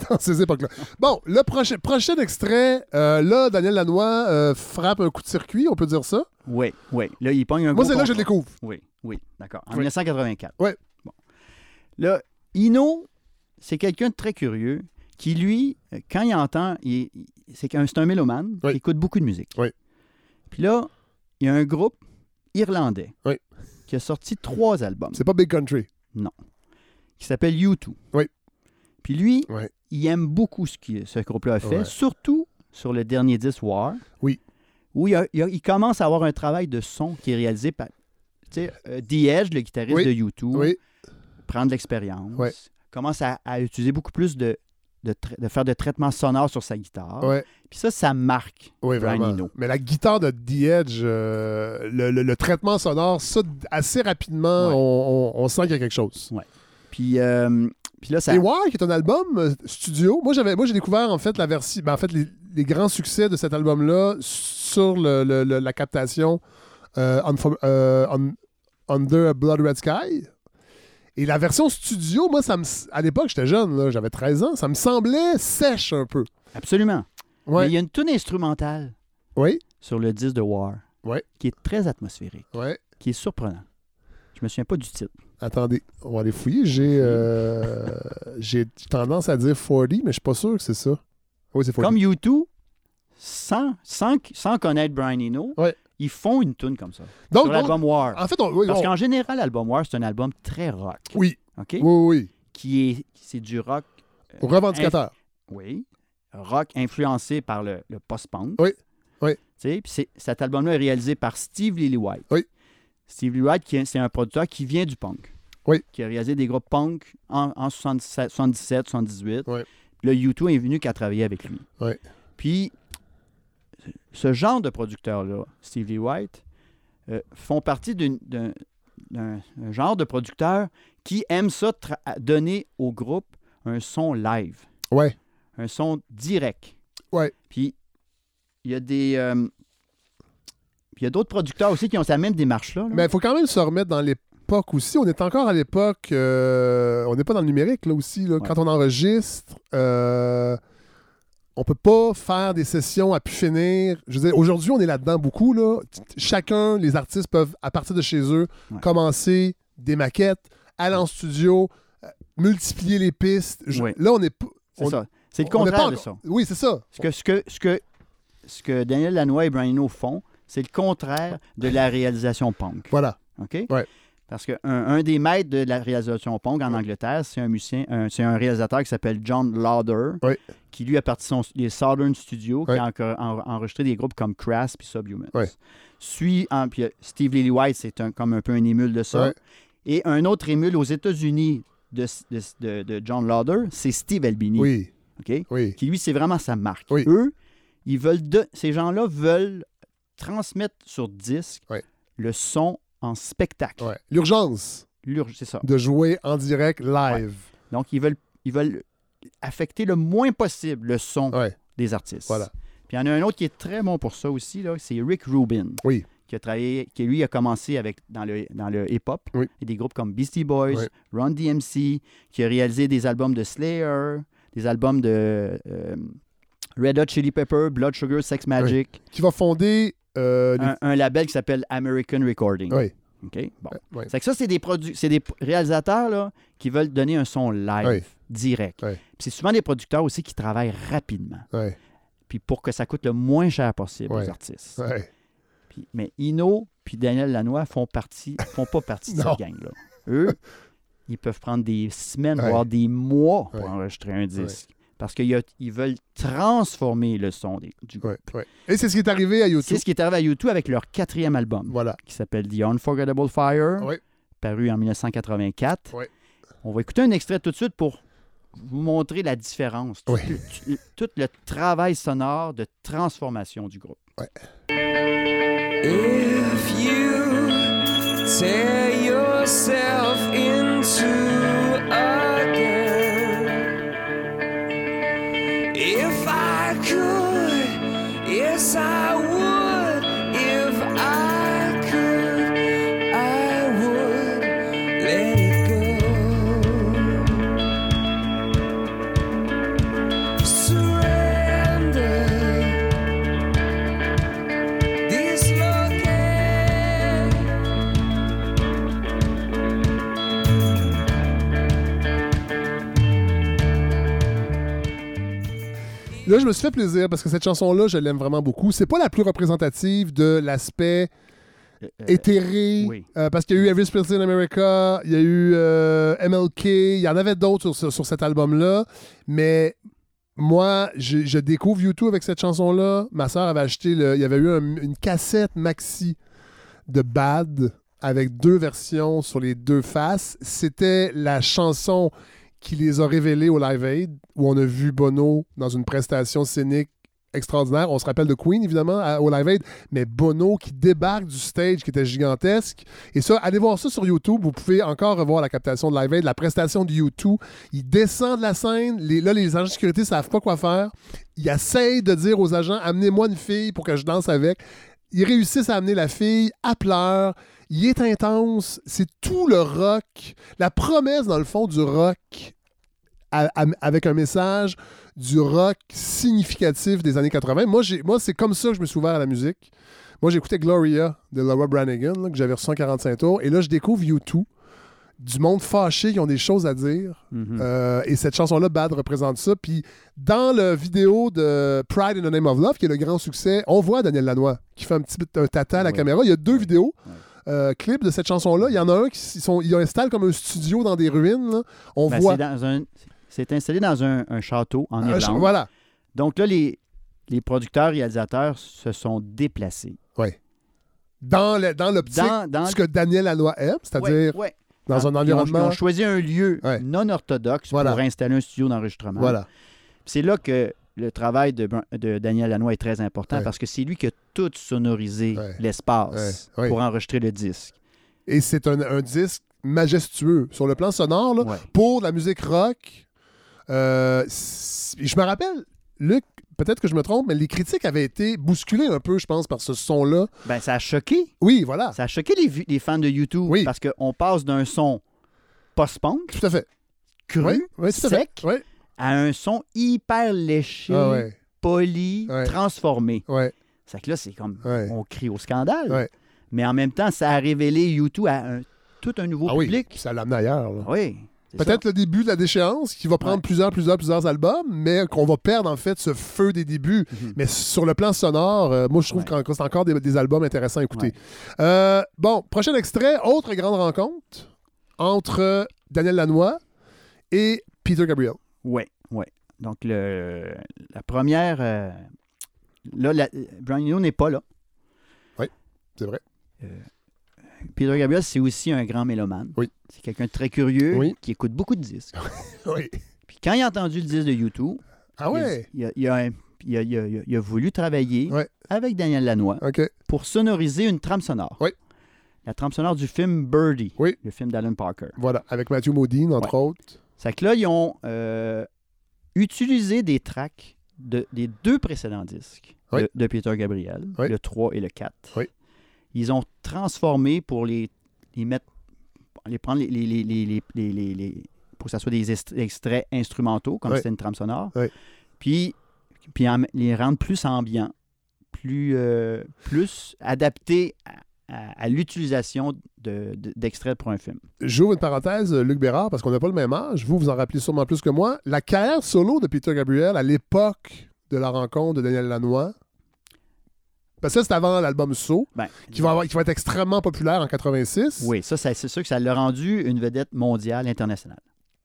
A: dans ces époques-là. Bon, le prochain, prochain extrait, euh, là, Daniel Lanois euh, frappe un coup de circuit, on peut dire ça.
B: Oui, oui. Là, il pogne un
A: Moi,
B: gros
A: c'est là que je le
B: contrat.
A: découvre.
B: Oui, oui, d'accord. En
A: Oui.
B: 1984.
A: Ouais.
B: Bon. Là, Ino, c'est quelqu'un de très curieux qui, lui, euh, quand il entend, il- il- c'est un, c'est un mélomane
A: Oui.
B: qui écoute beaucoup de musique.
A: Oui.
B: Puis là, il y a un groupe irlandais
A: Oui.
B: qui a sorti trois albums
A: C'est pas Big Country.
B: qui s'appelle U2.
A: Oui.
B: Puis lui,
A: Oui.
B: il aime beaucoup ce que ce groupe-là a fait,
A: Ouais.
B: surtout sur le dernier 10 War.
A: Oui.
B: Où il, a- il a- il commence à avoir un travail de son qui est réalisé par tu sais, euh, Diège, le guitariste
A: Oui.
B: de U2,
A: Oui,
B: prend de l'expérience,
A: Ouais.
B: commence à, à utiliser beaucoup plus de, de, tra- de faire de traitements sonores sur sa guitare.
A: ouais,
B: Puis ça, ça marque.
A: ouais,
B: Brian
A: vraiment.
B: Eno.
A: Mais la guitare de The Edge, euh, le, le- le traitement sonore, ça, assez rapidement,
B: Ouais.
A: on, on- on sent qu'il y a quelque chose.
B: Puis, euh, puis là, ça.
A: Et War, qui est un album euh, studio, moi j'avais, moi j'ai découvert en fait la version, en fait les, les grands succès de cet album-là sur le- le- le- la captation euh, Unfor- euh, Un- Under a Blood Red Sky. Et la version studio, moi, ça me, à l'époque, j'étais jeune, là, j'avais 13 ans, ça me semblait sèche un peu.
B: Absolument. Mais
A: Ouais.
B: il y a une tune instrumentale
A: Oui,
B: sur le 10 de War
A: Ouais.
B: qui est très atmosphérique.
A: oui.
B: qui est surprenant. Je me souviens pas du titre.
A: Attendez, on va aller fouiller. J'ai
B: [laughs]
A: euh, j'ai tendance à dire 40, mais je suis pas sûr que c'est ça. Oui, c'est 40.
B: Comme U2, sans, sans, sans connaître Brian Eno,
A: Ouais.
B: ils font une tune comme ça.
A: Donc,
B: sur
A: donc,
B: l'album War.
A: en fait, on- oui,
B: Parce
A: on-
B: qu'en général, l'album War, c'est un album très rock.
A: oui,
B: OK?
A: oui, oui,
B: Qui est, c'est du rock, euh,
A: oui. Revendicateur.
B: oui, rock influencé par le, le post-punk.
A: Oui, oui.
B: Tu sais, puis c'est- cet album-là est réalisé par Steve Lillywhite.
A: Oui.
B: Steve Lillywhite, qui est- c'est un producteur qui vient du punk.
A: Oui.
B: Qui a réalisé des groupes punk en, en 77, 77, 78.
A: Oui.
B: Le U2 est venu qu'à travailler avec lui.
A: Oui.
B: Puis, ce genre de producteurs-là, Steve Lillywhite, euh, font partie d'une- d'un d'un- un genre de producteurs qui aiment ça tra- donner au groupe un son live
A: Ouais.
B: un son direct.
A: Ouais.
B: Puis il y a des. euh, puis il y a d'autres producteurs aussi qui ont cette même démarche-là. là.
A: Mais il faut quand même se remettre dans l'époque aussi. On est encore à l'époque. euh, on n'est pas dans le numérique, là aussi. là.
B: Ouais.
A: Quand on enregistre, euh, on peut pas faire des sessions à pu finir. Je veux dire, aujourd'hui, on est là-dedans beaucoup. Là. T- t- Chacun, les artistes peuvent, à partir de chez eux,
B: Ouais.
A: commencer des maquettes, aller en studio, euh, multiplier les pistes. Je-
B: Ouais.
A: Là, on est. p-
B: c'est
A: on-
B: ça. C'est le
A: on n'est
B: contraire
A: pas
B: de
A: encore-
B: ça.
A: Oui, c'est ça.
B: Ce que, ce, que, ce, que, ce que Daniel Lanois et Brian Eno font, c'est le contraire de la réalisation punk.
A: Voilà.
B: OK?
A: Ouais.
B: Parce qu'un un des maîtres de la réalisation punk en Angleterre, c'est un musicien, un- c'est un réalisateur qui s'appelle John Lauder,
A: Ouais.
B: qui lui a parti son, les Southern Studios,
A: Ouais.
B: qui a encore- en- enregistré des groupes comme Crass puis Subhumans.
A: Ouais.
B: Suit, en- puis, euh, Steve Lillywhite, c'est un, comme un peu un émule de ça.
A: Ouais.
B: Et un autre émule aux États-Unis de, de- de- de John Lauder, c'est Steve Albini.
A: Oui,
B: OK?
A: oui.
B: qui lui, c'est vraiment sa marque.
A: Oui.
B: Eux, ils veulent de- ces gens-là veulent transmettre sur disque
A: Ouais.
B: le son en spectacle.
A: Ouais. L'urgence
B: L'urge- C'est ça.
A: de jouer en direct live.
B: Donc, ils veulent, ils veulent affecter le moins possible le son
A: Ouais.
B: des artistes.
A: Voilà.
B: Puis il y en a un autre qui est très bon pour ça aussi, là, c'est Rick Rubin.
A: Oui.
B: Qui a travaillé, qui lui a commencé avec dans le, dans le hip-hop.
A: Oui.
B: Et des groupes comme Beastie Boys,
A: Oui.
B: Run DMC, qui a réalisé des albums de Slayer, des albums de euh, Red Hot Chili Pepper, Blood Sugar, Sex Magic,
A: Qui va fonder. euh, les-
B: un, un label qui s'appelle American Recording.
A: Oui.
B: OK? Bon.
A: Ouais.
B: C'est que ça, c'est des produits, c'est des p- réalisateurs là, qui veulent donner un son live,
A: Oui.
B: direct.
A: Oui.
B: Puis c'est souvent des producteurs aussi qui travaillent rapidement,
A: Ouais,
B: puis pour que ça coûte le moins cher possible
A: Ouais.
B: aux artistes.
A: ouais.
B: Puis- mais Ino puis Daniel Lanois font partie, font pas partie
A: [laughs]
B: de
A: Non.
B: cette gang-là. Eux, ils peuvent prendre des semaines,
A: Ouais.
B: voire des mois pour
A: Ouais.
B: enregistrer un disque. Parce qu'ils veulent transformer le son des- du groupe.
A: ouais, ouais. Et c'est ce qui est arrivé à YouTube.
B: C'est ce qui est arrivé à YouTube avec leur quatrième album,
A: Voilà.
B: qui s'appelle The Unforgettable Fire,
A: Oui.
B: paru en 1984.
A: Oui.
B: On va écouter un extrait tout de suite pour vous montrer la différence, tout-
A: Oui.
B: tout- tout le travail sonore de transformation du groupe.
C: If you tear yourself into again, if I could, yes, I would. If I could, I would let it go.
A: Là, je me suis fait plaisir parce que cette chanson-là, je l'aime vraiment beaucoup. C'est pas la plus représentative de l'aspect
B: Euh, euh,
A: éthéré.
B: oui.
A: euh, parce qu'il y a eu Elvis Presley in America, il y a eu euh, MLK, il y en avait d'autres sur, ce- sur cet album-là. Mais moi, je, je découvre YouTube avec cette chanson-là. Ma sœur avait acheté, le, il y avait eu un- une cassette maxi de Bad avec deux versions sur les deux faces. C'était la chanson qui les a révélés au Live Aid, où on a vu Bono dans une prestation scénique extraordinaire. On se rappelle de Queen, évidemment, à- au Live Aid, mais Bono qui débarque du stage qui était gigantesque. Et ça, allez voir ça sur YouTube. Vous pouvez encore revoir la captation de Live Aid, la prestation de YouTube. Il descend de la scène. Les- là, les agents de sécurité savent pas quoi faire. Il essaye de dire aux agents Amenez-moi une fille pour que je danse avec. Ils réussissent à amener la fille à pleurs. Il est intense. C'est tout le rock. La promesse, dans le fond, du rock à- à- avec un message du rock significatif des années 80. Moi, j'ai- moi c'est comme ça que je me suis ouvert à la musique. Moi, j'écoutais Gloria de Laura Branigan, là, que j'avais reçu en 45 tours. Et là, je découvre U2, du monde fâché qui ont des choses à dire.
B: Mhm.
A: Euh, et cette chanson-là, Bad, représente ça. Puis dans le vidéo de Pride in the Name of Love, qui est le grand succès, on voit Daniel Lanois qui fait un petit bit- un tata à la
B: Ouais.
A: caméra. Il y a deux
B: Ouais.
A: vidéos.
B: Ouais.
A: euh, clips de cette chanson-là. Il y en a un qui s- ils sont, ils installent comme un studio dans des ruines. là. On
B: Ben,
A: voit.
B: c'est dans un- c'est installé dans un, un château en
A: un ch-
B: Irlande.
A: voilà.
B: Donc là, les, les producteurs et réalisateurs se sont déplacés.
A: Dans le- dans l'optique
B: Dans, dans
A: ce que Daniel Lanois aime, c'est-à-dire
B: Ouais, ouais.
A: dans un
B: Ils ont- Ils
A: environnement.
B: ont choisi un lieu
A: Ouais.
B: non orthodoxe
A: Voilà.
B: pour installer un studio d'enregistrement.
A: Voilà.
B: C'est là que le travail de, Br- de Daniel Lanois est très important
A: Ouais.
B: parce que c'est lui qui a tout sonorisé
A: Ouais.
B: l'espace
A: Ouais. Ouais.
B: pour enregistrer le disque.
A: Et c'est un, un disque majestueux sur le plan sonore. là,
B: Ouais.
A: Pour la musique rock, euh, c- je me rappelle, Luc, peut-être que je me trompe, mais les critiques avaient été bousculées un peu, je pense, par ce son-là.
B: Ben, ça a choqué.
A: Oui, voilà.
B: Ça a choqué les, vu- les fans de YouTube
A: Oui.
B: parce qu'on passe d'un son post-punk,
A: Tout à fait.
B: cru,
A: Oui, oui, tout à fait.
B: sec,
A: Oui,
B: à un son hyper léché,
A: ah, ouais,
B: poli,
A: Ouais.
B: transformé.
A: ouais,
B: C'est que là, c'est comme
A: ouais.
B: on crie au scandale.
A: Ouais.
B: Mais en même temps, ça a révélé YouTube à un- tout un nouveau
A: Ah oui,
B: public.
A: puis ça l'a amené ailleurs. là.
B: Ah Oui. c'est
A: Peut-être le début de la déchéance qui va prendre
B: Ouais.
A: plusieurs, plusieurs, plusieurs albums, mais qu'on va perdre en fait ce feu des débuts.
B: Mhm.
A: Mais sur le plan sonore, euh, moi je trouve
B: Ouais.
A: qu'en- que c'est encore des, des albums intéressants à écouter.
B: Ouais.
A: Euh, bon, prochain extrait, autre grande rencontre entre Daniel Lanois et Peter Gabriel.
B: Oui, oui. Donc, le, la première. euh, là, la- Brian Eno n'est pas là.
A: C'est vrai.
B: Peter Gabriel, c'est aussi un grand mélomane.
A: Oui.
B: C'est quelqu'un de très curieux
A: Oui.
B: qui écoute beaucoup de disques.
A: Oui.
B: Puis quand il a entendu le disque de YouTube,
A: Ah ouais?
B: il, a- il a, un- il a- il a- il a voulu travailler
A: Ouais.
B: avec Daniel Lanois
A: OK.
B: pour sonoriser une trame sonore.
A: Oui.
B: La trame sonore du film Birdie,
A: Oui.
B: le film d'Alan Parker.
A: Voilà. Avec Matthew Modine, entre autres.
B: C'est que là, ils ont euh, utilisé des tracks de- des deux précédents disques
A: Oui.
B: de, de Peter Gabriel,
A: Oui.
B: le 3 et le 4.
A: Oui.
B: Ils ont transformé pour les, les mettre, les prendre les, les- les- les- les- les- les- les- pour que ça soit des est- extraits instrumentaux, comme
A: Oui.
B: si c'était une trame sonore,
A: Oui.
B: puis, puis en- les rendre plus ambiants, plus, euh, plus adaptés à, à- à l'utilisation de- de- d'extraits pour un film.
A: J'ouvre une parenthèse, euh, Luc Bérard, parce qu'on n'a pas le même âge. Vous, vous en rappelez sûrement plus que moi. La carrière solo de Peter Gabriel à l'époque de la rencontre de Daniel Lanois. Parce que ça, c'est avant l'album So.
B: Ben,
A: qui va, avoir- qui va être extrêmement populaire en 86.
B: Oui, ça, ça- c'est sûr que ça l'a rendu une vedette mondiale, internationale.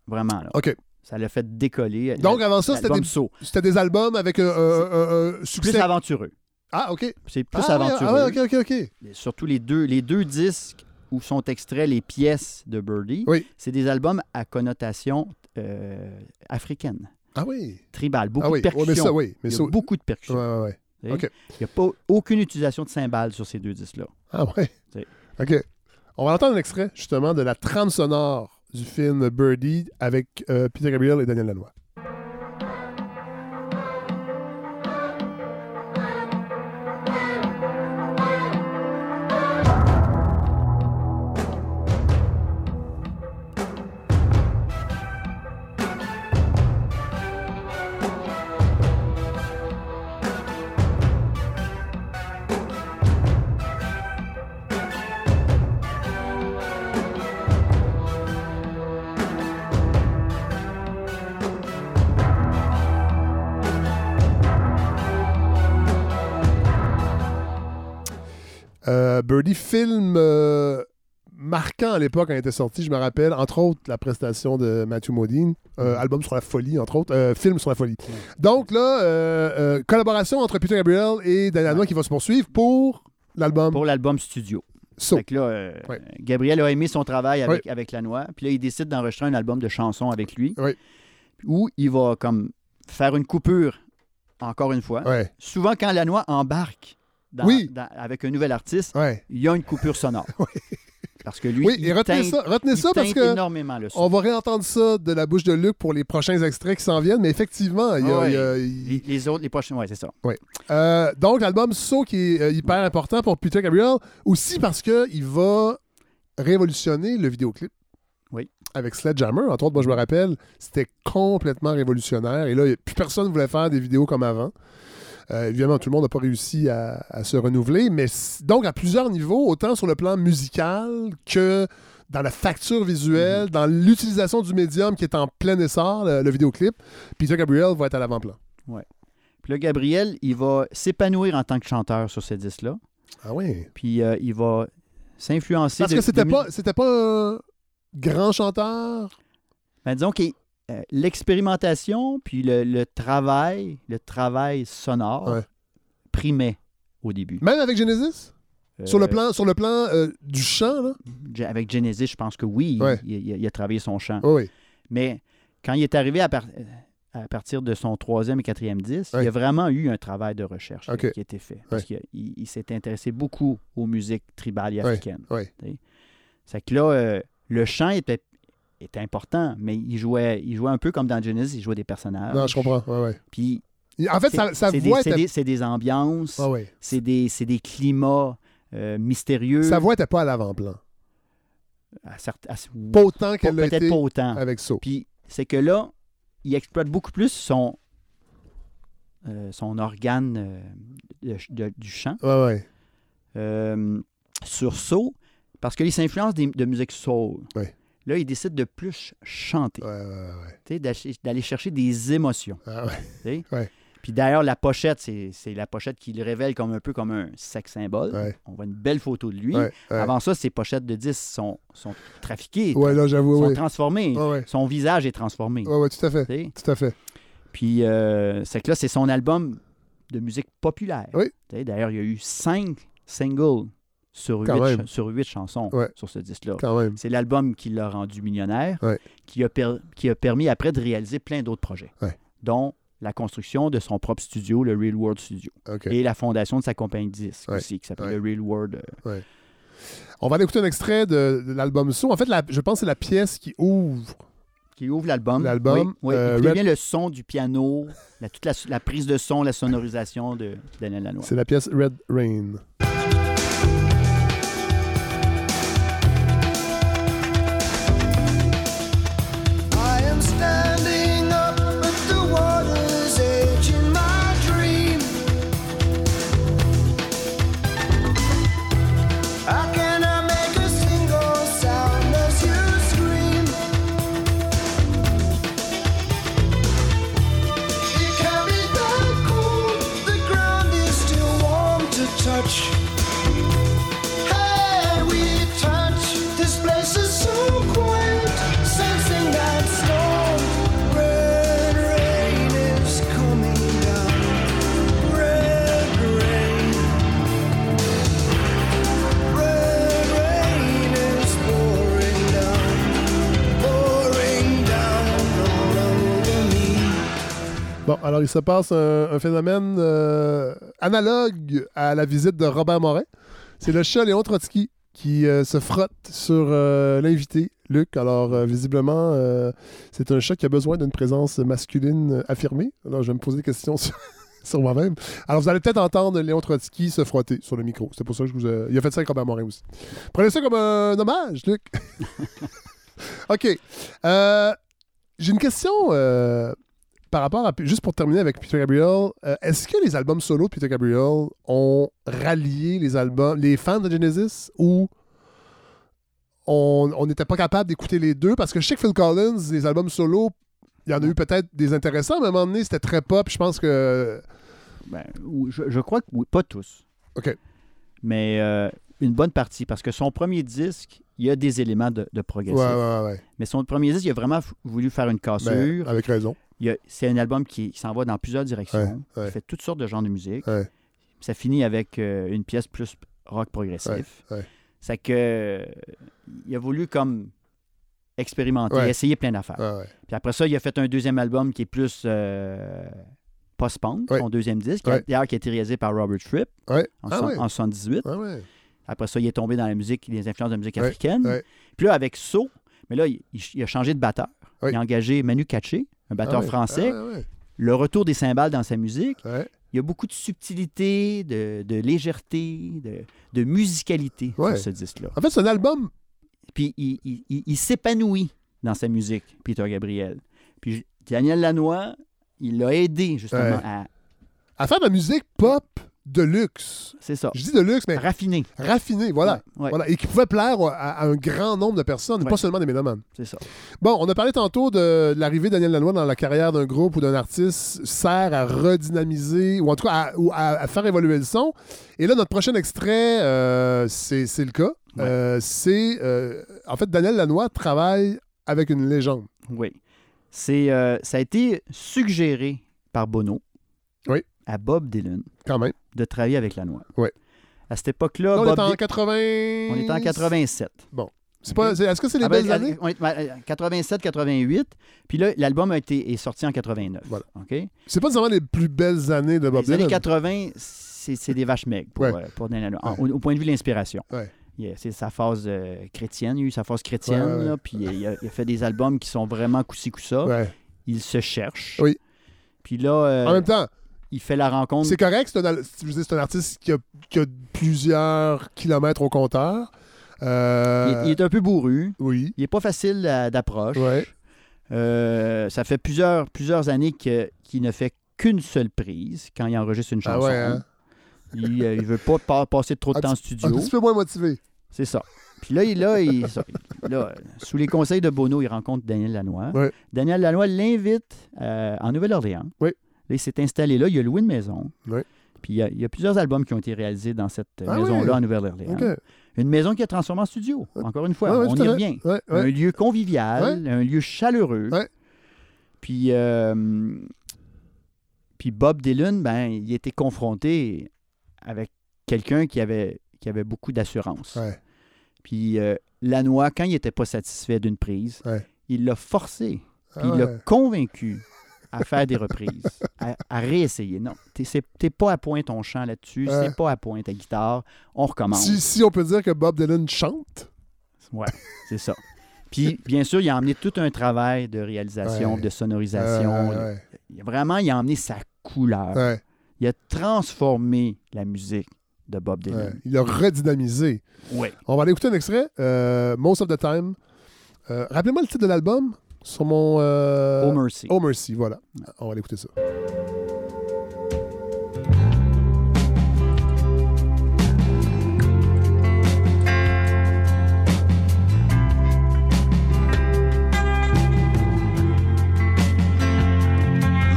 B: Vraiment, là.
A: OK.
B: Ça l'a fait décoller.
A: Donc avant ça, c'était
B: c'était
A: des,
B: saut.
A: c'était des albums avec euh, un
B: Plus
A: succès.
B: aventureux.
A: Ah, OK.
B: C'est plus
A: ah, ouais,
B: aventureux.
A: ah ouais, OK, OK, OK.
B: Mais Surtout les deux, les deux disques où sont extraits les pièces de Birdie,
A: Oui.
B: c'est des albums à connotation euh, africaine,
A: Ah oui.
B: tribale, beaucoup
A: ah oui.
B: de percussions.
A: Ouais, mais ça, oui. Mais
B: Il y
A: ça,
B: a beaucoup de percussions.
A: ouais, ouais, ouais.
B: tu sais.
A: OK.
B: Il n'y a pas, aucune utilisation de cymbales sur ces deux disques-là.
A: Ah ouais.
B: C'est-
A: OK. On va entendre un extrait, justement, de la trame sonore du film Birdie avec euh, Peter Gabriel et Daniel Lanois. Euh, Birdie, film euh, marquant à l'époque quand il était sorti, je me rappelle, entre autres la prestation de Matthew Modine,
B: Mm.
A: euh, album sur la folie, entre autres, euh, film sur la folie. Donc là, euh, euh, collaboration entre Peter Gabriel et Dan Lanois qui va se poursuivre pour l'album
B: pour l'album studio.
A: So.
B: Fait que là, euh,
A: Ouais.
B: Gabriel a aimé son travail avec, avec Lanois, puis là, il décide d'enregistrer un album de chansons avec lui,
A: Ouais.
B: où il va comme faire une coupure, encore une fois.
A: Ouais,
B: Souvent, quand Lanois embarque dans-
A: Oui.
B: dans- avec un nouvel artiste,
A: ouais.
B: il y a une coupure sonore. Parce que lui,
A: Oui,
B: il
A: et retenez
B: teinte-
A: ça, retenez
B: il
A: ça parce
B: teinte
A: que
B: énormément le son.
A: on va réentendre ça de la bouche de Luc pour les prochains extraits qui s'en viennent, mais effectivement, il y a-
B: Ah Ouais.
A: il y a- il-
B: Les, les autres, les prochains, ouais, c'est ça.
A: Euh, donc, l'album So qui est euh, hyper important pour Peter Gabriel, aussi parce qu'il va révolutionner le vidéoclip.
B: Oui.
A: Avec Sledgehammer, entre autres, moi je me rappelle, c'était complètement révolutionnaire. Et là, y a- plus personne voulait faire des vidéos comme avant. Euh, évidemment, tout le monde n'a pas réussi à, à se renouveler. Mais c- donc, à plusieurs niveaux, autant sur le plan musical que dans la facture visuelle, dans l'utilisation du médium qui est en plein essor, le, le vidéoclip, Peter Gabriel va être à l'avant-plan.
B: Puis là, Gabriel, il va s'épanouir en tant que chanteur sur ces disques-là.
A: Ah oui.
B: Puis euh, il va s'influencer.
A: Parce
B: de-
A: que
B: de
A: c'était
B: mu-
A: pas, c'était pas euh, grand chanteur.
B: Ben, disons que euh, l'expérimentation, puis le, le travail, le travail sonore
A: Ouais.
B: primait au début.
A: Même avec Genesis, sur
B: Euh,
A: le plan, sur le plan euh, du chant, là.
B: Ge- Avec Genesis, je pense que oui, il-
A: Ouais.
B: il, il a- il a travaillé son chant.
A: Oh oui.
B: Mais quand il est arrivé à, par- euh, à partir de son troisième et quatrième disque,
A: Ouais.
B: il y a vraiment eu un travail de recherche là,
A: Ok.
B: qui a été fait. Parce qu'il il- il s'est intéressé beaucoup aux musiques tribales et
A: Ouais,
B: africaines.
A: ouais.
B: Tu sais. C'est que là, euh, le chant était, était important, mais il jouait, il jouait un peu comme dans Genesis, il jouait des personnages.
A: Ah Non, je comprends. Ouais, ouais.
B: Puis
A: Il- En fait,
B: c'est-
A: sa, sa
B: c'est des-
A: voix
B: c'est
A: était.
B: des, c'est des ambiances,
A: Ah ouais.
B: c'est des, c'est des climats euh, mystérieux.
A: Sa voix était pas à l'avant-plan.
B: À certes- à-
A: Pas autant qu'elle l'a
B: Peut-être
A: été
B: pas autant.
A: avec So.
B: Puis c'est que là, il exploite beaucoup plus son, euh, son organe euh, de- de- du chant
A: Ouais, ouais.
B: euh, sur saut parce qu'il s'influence des- de musique soul.
A: Ouais.
B: Là, il décide de plus chanter,
A: Ouais, ouais, ouais.
B: tu sais, d'ach- d'aller chercher des émotions.
A: Ah ouais.
B: Puis d'ailleurs, la pochette, c'est c'est la pochette qui le révèle comme un peu comme un sex symbole.
A: Ouais.
B: On voit une belle photo de lui.
A: Ouais, ouais.
B: Avant ça, ses pochettes de 10 sont, sont trafiquées,
A: Ouais, là, j'avoue,
B: sont
A: oui.
B: transformées.
A: Ouais, ouais.
B: Son visage est transformé.
A: Ouais, ouais, tout à fait.
B: tu sais.
A: Tout à fait.
B: Puis, euh, c'est que là, c'est son album de musique populaire.
A: Oui.
B: Tu sais, D'ailleurs, il y a eu cinq singles sur,
A: Quand
B: huit,
A: même.
B: ch- sur huit chansons
A: Ouais.
B: sur ce disque-là.
A: Quand même.
B: C'est l'album qui l'a rendu millionnaire,
A: Ouais.
B: qui, a per- qui a permis après de réaliser plein d'autres projets,
A: Ouais.
B: dont la construction de son propre studio, le Real World Studio,
A: OK.
B: et la fondation de sa compagnie de disques
A: Ouais.
B: aussi, qui s'appelle
A: Ouais.
B: le Real World. euh,
A: On va aller écouter un extrait de, de l'album So. En fait, la- je pense que c'est la pièce qui ouvre.
B: qui ouvre l'album.
A: L'album,
B: Oui, oui.
A: euh,
B: Écoutez
A: Rep-
B: bien le son du piano, la- toute la, la prise de son, la sonorisation de Daniel Lanois.
A: C'est la pièce Red Rain.
D: I am standing up at the water's edge in my dream. I cannot make a single sound as you scream. It can be that cold, the ground is still warm to touch. Hey, we touch. This place is so quiet. Sensing that storm. Red rain is coming down. Red rain. Red rain is pouring down. Pouring down all over me.
A: Bon, alors il se passe un, un phénomène euh, analogue à la visite de Robert Morin. C'est le chat Léon Trotsky qui euh, se frotte sur euh, l'invité, Luc. Alors, euh, visiblement, euh, c'est un chat qui a besoin d'une présence masculine euh, affirmée. Alors, je vais me poser des questions [laughs] sur, sur moi-même. Alors, vous allez peut-être entendre Léon Trotsky se frotter sur le micro. C'est pour ça que je vous ai... Il a fait ça avec Robert Morin aussi. Prenez ça comme un hommage, Luc. OK. Euh, J'ai une question... euh, par rapport à, juste pour terminer avec Peter Gabriel, euh, est-ce que les albums solo de Peter Gabriel ont rallié les albums, les fans de Genesis ou on on n'était pas capable d'écouter les deux parce que chez Phil Collins, les albums solo, il y en a eu peut-être des intéressants, mais à un moment donné, c'était très pop. Je pense que
B: Ben, ou- je, je crois que oui, pas tous.
A: OK.
B: mais euh, une bonne partie, parce que son premier disque, il y a des éléments de, de
A: Ouais,
B: progressif.
A: ouais, ouais.
B: Mais son premier disque, il a vraiment f- voulu faire une
A: Ben,
B: cassure.
A: avec raison.
B: Il y a- C'est un album qui, qui s'en va dans plusieurs directions.
A: Ouais, ouais.
B: Il fait toutes sortes de genres de musique.
A: Ouais.
B: Ça finit avec euh, une pièce plus rock progressif.
A: Ouais, ouais.
B: C'est que euh, il a voulu comme expérimenter,
A: Ouais.
B: essayer plein d'affaires.
A: Ouais, ouais.
B: Puis après ça, il a fait un deuxième album qui est plus euh, post-punk,
A: Ouais.
B: son deuxième disque,
A: Ouais.
B: d'ailleurs qui a été réalisé par Robert Fripp
A: Ouais.
B: en,
A: Ah
B: so-
A: ouais.
B: en 78.
A: Ouais, ouais.
B: Après ça, il est tombé dans la musique, les influences de la musique
A: Ouais,
B: africaine.
A: ouais.
B: Puis là, avec So, mais là, il, il- il a changé de batteur.
A: Oui.
B: Il a engagé Manu Katché,
A: Ah
B: un batteur
A: ouais.
B: français.
A: Ah ouais,
B: Le retour des cymbales dans sa musique.
A: ouais. Ouais.
B: Il y a beaucoup de subtilité, de, de légèreté, de, de musicalité
A: Ouais.
B: sur ce disque-là.
A: En fait, c'est un album.
B: Puis il, il- il- il s'épanouit dans sa musique, Peter Gabriel. Puis je- Daniel Lanois, il l'a aidé justement
A: Ouais.
B: à.
A: À faire de la musique pop de luxe.
B: C'est ça.
A: Je dis de luxe, mais
B: Raffiner.
A: raffiné, voilà.
B: Ouais, ouais,
A: Voilà, et qui pouvait plaire à, à un grand nombre de personnes, et
B: Ouais.
A: pas seulement des mélomanes.
B: C'est ça.
A: Bon, on a parlé tantôt de, de l'arrivée de Daniel Lanois dans la carrière d'un groupe ou d'un artiste sert à redynamiser ou en tout cas à, ou à- à faire évoluer le son. Et là, notre prochain extrait, euh, c'est c'est le cas.
B: Ouais.
A: Euh, c'est euh, en fait Daniel Lanois travaille avec une légende.
B: Oui. C'est, euh, ça a été suggéré par Bono
A: Oui.
B: à Bob Dylan
A: Quand même.
B: de travailler avec Lanois.
A: Oui.
B: À cette époque-là,
A: Là, on
B: Bob
A: est en
B: Dy-
A: 80.
B: Ah, on est en 87.
A: C'est pas- c'est- Est-ce que c'est les
B: Ah ben,
A: belles années?
B: on est- ben, 87, 88. Puis là, l'album a été, est sorti en 89.
A: Voilà.
B: OK?
A: C'est pas nécessairement les plus belles années de Bob
B: les années
A: Dylan.
B: 80, c'est c'est des vaches maigres pour,
A: Ouais.
B: euh, pour Daniel Lanois, en-
A: Ouais.
B: au, au point de vue de l'inspiration.
A: Ouais.
B: Il a- C'est sa phase euh, chrétienne. Il a eu sa phase chrétienne.
A: Ouais, ouais.
B: là, puis euh, il a, il a fait des albums qui sont vraiment coussi coussa.
A: Ouais.
B: Il se cherche.
A: Oui.
B: Puis là, euh,
A: En même temps,
B: il fait la rencontre.
A: C'est correct, c'est un, al- je veux dire, c'est un artiste qui a, qui a plusieurs kilomètres au compteur.
B: Il,
A: Euh,
B: est- il est un peu bourru.
A: Oui.
B: Il est pas facile à- d'approche.
A: Ouais.
B: Euh, ça fait plusieurs, plusieurs années que- qu'il ne fait qu'une seule prise quand il enregistre une
A: Ah
B: chanson.
A: ouais, hein?
B: Il ne veut pas pa- passer trop de
A: Un
B: temps en
A: Un
B: studio.
A: petit peu moins motivé.
B: C'est ça. Puis là, il, là, il- ça- là, euh, sous les conseils de Bono, il rencontre Daniel Lanois.
A: Ouais.
B: Daniel Lanois l'invite euh, en Nouvelle-Orléans.
A: Oui.
B: Là, il s'est installé là. Il a loué une maison.
A: Oui.
B: Puis il y, a, il y a plusieurs albums qui ont été réalisés dans cette euh,
A: Ah
B: maison-là
A: oui?
B: en Nouvelle-Orléans.
A: OK. Ouais,
B: Une maison qui a transformée en studio. Encore une fois,
A: Ouais, ouais,
B: on
A: tout à
B: y
A: fait.
B: revient.
A: ouais.
B: Un lieu convivial, un lieu chaleureux.
A: Ouais.
B: Puis, euh, puis Bob Dylan, ben, il était confronté avec quelqu'un qui avait, qui avait beaucoup d'assurance.
A: Ouais.
B: Puis euh, Lanois, quand il n'était pas satisfait d'une prise,
A: Ouais.
B: il l'a forcé,
A: Ah
B: puis il l'a
A: ouais.
B: convaincu à faire des reprises, [laughs] à, à réessayer. Non, t'es c'est- t'es pas à point ton chant là-dessus,
A: Ouais.
B: c'est pas à point ta guitare, on recommence.
A: Si, si on peut dire que Bob Dylan chante.
B: Ouais, [laughs] c'est ça. Puis, bien sûr, il a emmené tout un travail de réalisation,
A: Ouais.
B: de
A: euh,
B: sonorisation.
A: ouais,
B: Il a- Vraiment, il a emmené sa couleur.
A: ouais,
B: Il a transformé la musique de Bob
A: ouais.
B: Dylan.
A: Il a redynamisé.
B: Ouais.
A: On va aller écouter un extrait. euh, Most of the Time. Euh, Rappelez-moi le titre de l'album sur mon. euh,
B: Oh mercy.
A: Oh Mercy, voilà. On va aller écouter ça.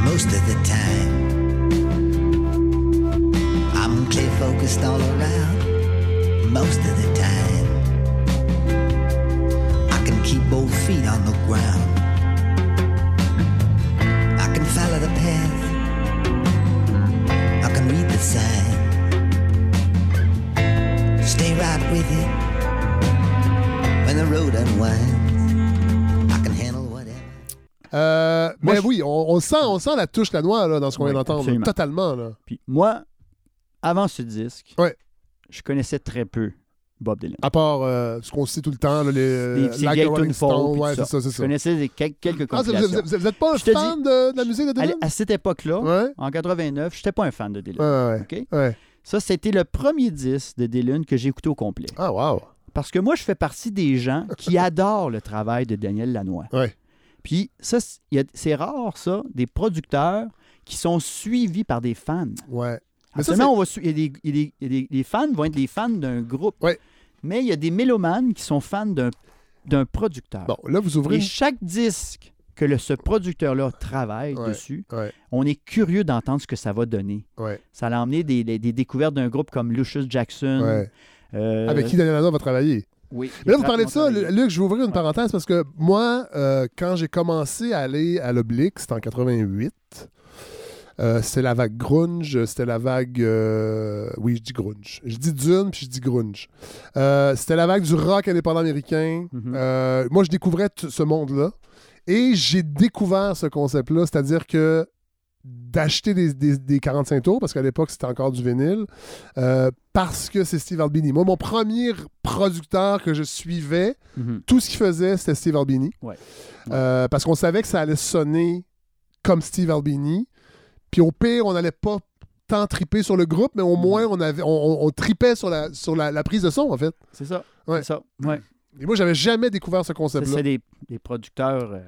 E: most of the time. I'm clear focused all around most of the time. I can keep both feet on the ground. I can follow the path. I can read the sign. Stay right with it. When the road unwinds, I can handle whatever.
A: Euh,
B: Moi,
A: mais
B: je-
A: oui, on, on sent, on sent la touche Lanois là, dans ce qu'on
B: Oui,
A: vient d'entendre.
B: absolument.
A: Totalement. Là.
B: Puis moi, avant ce disque,
A: Ouais.
B: je connaissais très peu Bob Dylan.
A: À part euh, ce qu'on sait tout le temps, là, les,
B: Les-
A: Euh, Like
B: ses
A: a
B: vieilles
A: Rolling
B: tunes folk,
A: Stone,
B: puis
A: ouais,
B: tout
A: c'est ça, c'est
B: Je
A: ça.
B: connaissais des- quel- quelques
A: Ah, vous, vous-
B: compilations.
A: vous- vous êtes pas un
B: Je te
A: fan de, de la musique de
B: À,
A: Dylan?
B: à cette époque-là,
A: Ouais.
B: en 89, je n'étais pas un fan de Dylan.
A: Ah, ouais.
B: OK?
A: ouais.
B: Ça, c'était le premier disque de Dylan que j'ai écouté au complet.
A: Ah, wow.
B: Parce que moi, je fais partie des gens
A: [laughs]
B: qui adorent le travail de Daniel Lanois.
A: Ouais.
B: Puis ça, c'est- il y a- c'est rare, ça, des producteurs qui sont suivis par des fans.
A: Ouais. Mais ça,
B: Absolument, on va su- il y a des, il y a des- il y a des- les fans vont être les fans d'un groupe.
A: Ouais.
B: Mais il y a des mélomanes qui sont fans d'un d'un producteur.
A: Bon, là, vous ouvrez.
B: Et chaque disque que le- ce producteur-là travaille
A: Ouais.
B: dessus.
A: Ouais,
B: On est curieux d'entendre ce que ça va donner.
A: ouais,
B: Ça l'a emmené des, des- des découvertes d'un groupe comme Lucius Jackson.
A: ouais.
B: euh,
A: Avec qui Daniel Lazare va travailler?
B: oui,
A: Mais là, vous parlez de ça,
B: Travaillé.
A: Luc, je vais ouvrir une
B: Ouais.
A: parenthèse parce que moi, euh, quand j'ai commencé à aller à l'Oblique, c'était en 88. euh, c'était la vague grunge, c'était la vague. euh, oui, je dis grunge. Je dis dune, puis je dis grunge. Euh, c'était la vague du rock indépendant américain.
B: Mhm.
A: Euh, moi, je découvrais tout ce monde-là. Et j'ai découvert ce concept-là, c'est-à-dire que d'acheter des, des- des 45 tours, parce qu'à l'époque, c'était encore du vinyle, euh, parce que c'est Steve Albini. Moi, mon premier producteur que je suivais,
B: Mhm.
A: tout ce qu'il faisait, c'était Steve Albini.
B: Ouais.
A: Euh, parce qu'on savait que ça allait sonner comme Steve Albini. Puis au pire, on n'allait pas tant triper sur le groupe, mais
B: Mhm.
A: au moins, on, avait, on, on- on tripait sur, la, sur la, la prise de son, en fait.
B: C'est ça.
A: Ouais.
B: C'est ça. Ouais.
A: Et moi, j'avais jamais découvert ce
B: C'est
A: concept-là.
B: c'est des, des producteurs, euh,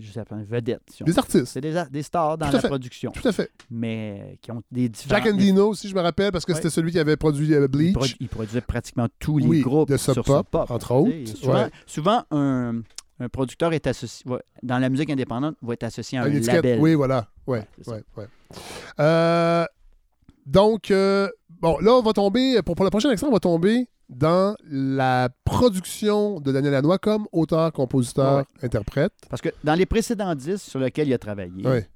B: je sais pas, vedettes. si on
A: Des artistes.
B: C'est des, a- des stars dans
A: Tout à
B: la
A: fait.
B: production,
A: Tout à fait.
B: mais euh, qui ont des différents.
A: Jack Endino, aussi, je me rappelle, parce que
B: Ouais.
A: c'était celui qui avait produit euh,
B: ils,
A: Bleach.
B: produ- ils produisaient pratiquement tous les
A: Oui,
B: groupes
A: de
B: sur
A: Sub
B: Sub
A: Pop,
B: Pop.
A: entre
B: Tu sais,
A: autres.
B: Souvent,
A: Ouais.
B: souvent, un, un producteur est associé va- dans la musique indépendante va être associé à un
A: Une étiquette.
B: label.
A: Oui, voilà. Ouais,
B: Ouais, c'est ça.
A: ouais, ouais. Euh, donc, euh, bon, là, on va tomber, pour, pour le prochain extrait, on va tomber dans la production de Daniel Lanois comme auteur, compositeur,
B: Ouais.
A: interprète.
B: Parce que dans les précédents disques sur lesquels il a travaillé,
A: Ouais.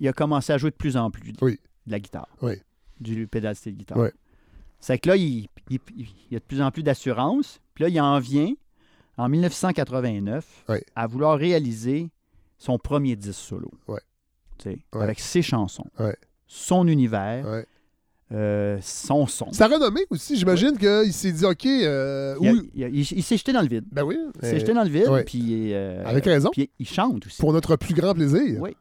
B: il a commencé à jouer de plus en plus de,
A: Oui.
B: de la guitare,
A: Oui.
B: du pédale style guitare.
A: Ouais.
B: C'est que là, il, il- il a de plus en plus d'assurance. Puis là, il en vient, en 1989,
A: Ouais.
B: à vouloir réaliser son premier disque solo.
A: Ouais.
B: Tu sais,
A: Ouais.
B: Avec ses chansons,
A: Ouais.
B: son univers,
A: Ouais.
B: euh, son son.
A: Ça a renommé aussi, j'imagine qu'il s'est dit, OK, euh,
B: Il, a-
A: oui,
B: il a- il- il s'est jeté dans le vide.
A: ben oui.
B: Il
A: mais
B: s'est jeté dans le vide,
A: ouais.
B: puis, euh,
A: Avec raison,
B: puis il chante aussi.
A: pour notre plus grand plaisir.
B: Ouais.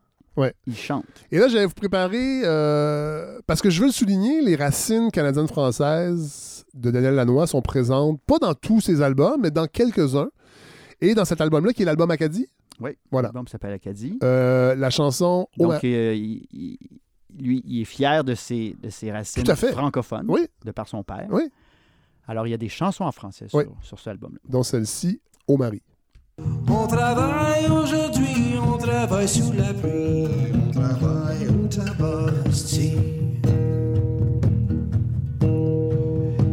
B: Il chante.
A: Et là, j'allais vous préparer, euh, parce que je veux le souligner, les racines canadiennes-françaises de Daniel Lanois sont présentes, pas dans tous ses albums, mais dans quelques-uns. Et dans cet album-là, qui est l'album Acadie,
B: Oui,
A: Voilà.
B: l'album s'appelle Acadie.
A: euh, la chanson
B: Donc,
A: Oa-
B: euh, il, il- lui, il est fier de ses, de ses racines
A: Tout à fait.
B: francophones,
A: Oui.
B: de par son père.
A: Oui.
B: Alors, il y a des chansons en français
A: Oui.
B: sur, sur ce album-là.
A: dont celle-ci, Au mari.
D: On travaille aujourd'hui, on travaille sous la pluie, on travaille au tabac esti.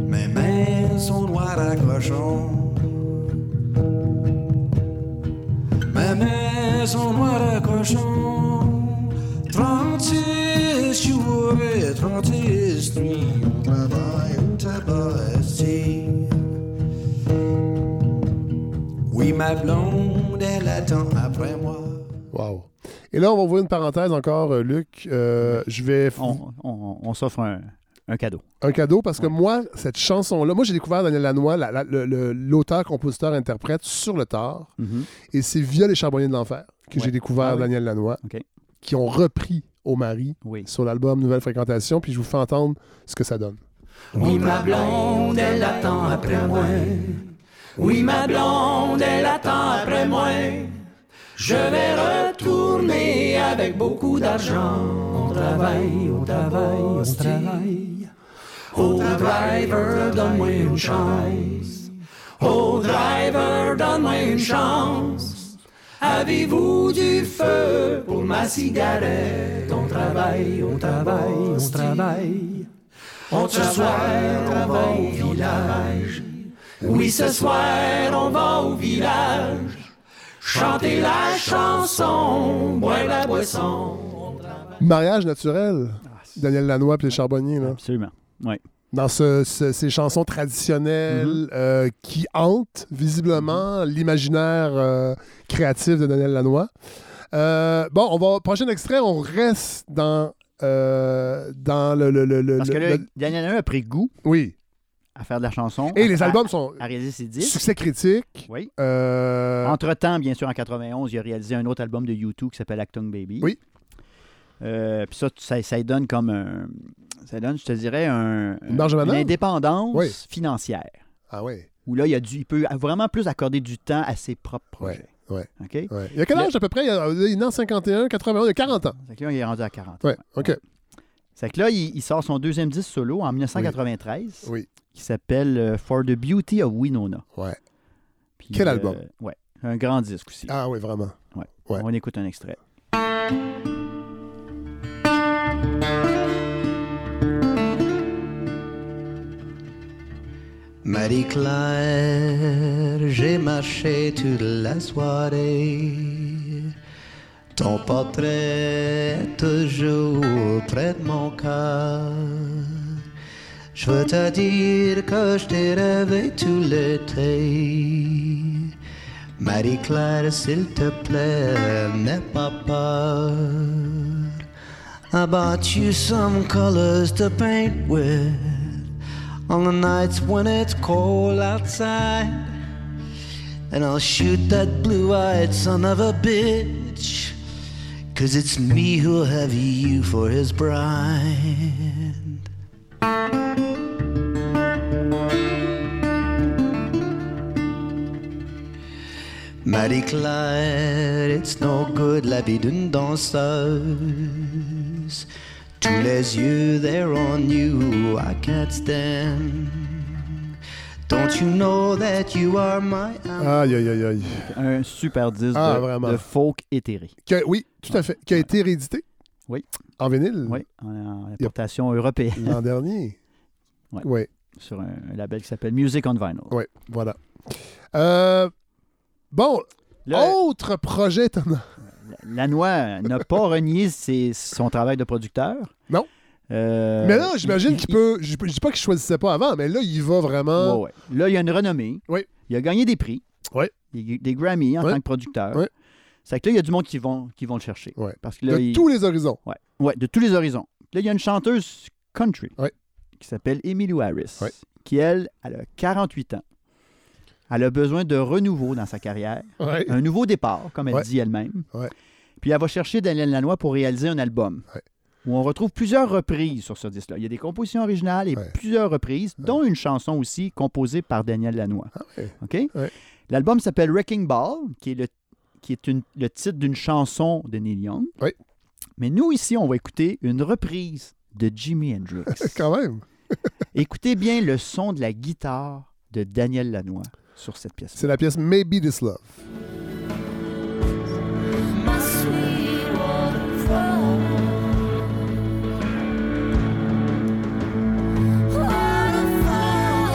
D: Mes mains sont noires à cochon. Mes mains sont noires à cochon. 36 jours et 36 nuits, on travaille au tabac esti. Oui, ma blonde, elle attend après moi.
A: Wow. Et là, on va ouvrir une parenthèse encore, euh, Luc. Euh, je vais... f-
B: On, on- on s'offre un, un cadeau.
A: Un cadeau, parce que moi, cette chanson-là, moi, j'ai découvert Daniel Lanois, la- la- le- le- l'auteur, compositeur, interprète, sur le tard. Et c'est via Les Charbonniers de l'Enfer que
B: Mhm. Ouais.
A: j'ai découvert
B: Ah oui.
A: Daniel Lanois,
B: OK.
A: qui ont repris Au mari
B: Oui.
A: sur l'album Nouvelle Fréquentation, puis je vous fais entendre ce que ça donne.
D: Oui, ma blonde, elle attend après moi. Oui, ma blonde, elle attend après moi. Je vais retourner avec beaucoup d'argent. On travaille, on travaille, on travaille. Oh, driver, donne-moi une chance. Oh, driver, donne-moi une chance. Avez-vous du feu pour ma cigarette? On travaille, on travaille, on travaille. On ce soir, on va au village. Oui, ce soir, on va au village. Chanter la chanson, boire la boisson.
A: Mariage naturel, Daniel Lanois, puis Les Charbonniers. Là.
B: Ah, Absolument. Oui.
A: dans ce- ce- ces chansons traditionnelles
B: Mhm.
A: euh, qui hantent visiblement l'imaginaire euh, créatif de Daniel Lanois. Euh, bon, on va prochain extrait, on reste dans euh, dans le, le- le- le-
B: Parce que
A: le-
B: là,
A: le-
B: Daniel Lanois a pris goût
A: oui.
B: à faire de la chanson.
A: Et
B: à-
A: les
B: à-
A: albums sont
B: À, réaliser ses disques.
A: succès critique.
B: Oui.
A: Euh,
B: Entre-temps, bien sûr, en 91, il a réalisé un autre album de U2 qui s'appelle Actung Baby.
A: Oui.
B: Euh, Puis ça, tu- ça, ça lui donne comme un... Ça donne, je te dirais, un,
A: Une marge de manœuvre?
B: indépendance
A: Oui.
B: financière.
A: Ah ouais.
B: où là, il, a dû, il peut vraiment plus accorder du temps à ses propres projets.
A: ouais.
B: OK?
A: ouais. Il y a quel
B: Le-
A: âge à peu près Il y a, il est né en 51, 81, il y a 40 ans.
B: Fait que là, il est rendu à 40.
A: Ouais. OK.
B: C'est que là, il, il sort son deuxième disque solo en 1993
A: Oui.
B: qui s'appelle euh, For the Beauty of Winona.
A: Ouais.
B: Puis,
A: Quel
B: euh,
A: album?
B: Ouais. Un grand disque aussi.
A: Ah oui, vraiment.
B: Ouais.
A: Ouais.
B: On écoute un extrait.
E: Marie-Claire, j'ai marché toute la soirée. Ton portrait est toujours près de mon cœur. Je veux te dire que je t'ai rêvé tout l'été. Marie-Claire, s'il te plaît, n'aie pas peur. I bought you some colors to paint with on the nights when it's cold outside. And I'll shoot that blue eyed son of a bitch, cause it's me who'll have you for his bride. Marie-Claire, it's no good la vie d'une danseuse. Tous les yeux, they're on you, I can't stand. Don't you know that you are my
A: Aïe, aïe, aïe, aïe.
B: Un super disque
A: Ah,
B: de-
A: vraiment.
B: de, folk éthéré.
A: Qui a- oui, tout à fait. Qui a été réédité.
B: Oui.
A: En vinyle.
B: Oui, en, en importation européenne [laughs]
A: L'an dernier.
B: Ouais.
A: Oui.
B: sur un, un label qui s'appelle Music on Vinyl.
A: Oui, voilà. Euh, bon,
B: Là,
A: autre projet, Thomas.
B: Lanois n'a pas renié ses- son travail de producteur.
A: Non.
B: Euh,
A: mais là, j'imagine
B: il-
A: qu'il peut. Je, je dis pas qu'il choisissait pas avant, mais là, il va
B: il-
A: vraiment.
B: ouais, ouais. Là, il y a une renommée.
A: Oui.
B: Il a gagné des prix.
A: Oui.
B: Des, des Grammy en
A: Oui.
B: tant que producteur.
A: Oui.
B: C'est que là, il y a du monde qui vont, qui vont le chercher.
A: Ouais.
B: Parce que là,
A: de
B: il-
A: tous les horizons.
B: Ouais, ouais, de tous les horizons. Là, il y a une chanteuse country
A: Ouais.
B: qui s'appelle Emily Harris,
A: Ouais.
B: qui, elle, elle a 48 ans. Elle a besoin de renouveau dans sa carrière,
A: Ouais.
B: un nouveau départ, comme elle
A: Ouais.
B: dit elle-même.
A: Ouais.
B: Puis elle va chercher Daniel Lanois pour réaliser un album
A: Ouais.
B: où on retrouve plusieurs reprises sur ce disque-là. Il y a des compositions originales et
A: Ouais. Ah
B: plusieurs reprises, dont une chanson aussi composée par Daniel Lanois.
A: ouais.
B: OK?
A: Ouais.
B: L'album s'appelle Wrecking Ball, qui est le, qui est une- le titre d'une chanson de Neil Young.
A: Ouais.
B: Mais nous, ici, on va écouter une reprise de
A: [laughs]
B: Jimi Hendrix.
A: [laughs] Quand même.
B: Écoutez bien le son de la guitare de Daniel Lanois sur cette pièce.
A: C'est la pièce Maybe This Love.
F: My sweet waterfall,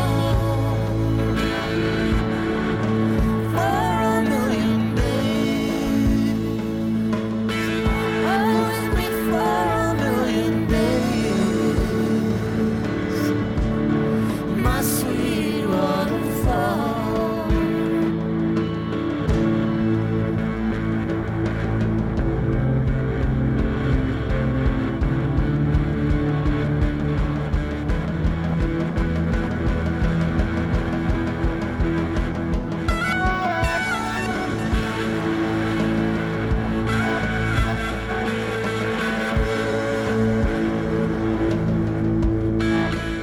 F: waterfall, for a million days, hold me for a million days. My sweet waterfall.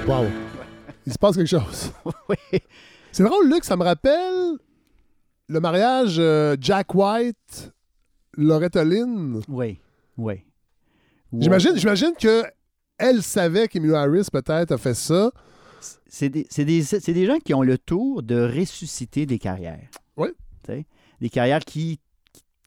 A: Wow. Il se passe quelque
B: [laughs]
A: chose.
B: Oui.
A: C'est drôle, Luc, ça me rappelle le mariage euh, Jack White, Loretta Lynn.
B: Oui, oui.
A: J'imagine, j'imagine que elle savait qu'Emilio Harris peut-être a fait ça.
B: C'est des, c'est des- c'est des gens qui ont le tour de ressusciter des carrières.
A: Ouais.
B: Tu sais, Des carrières qui,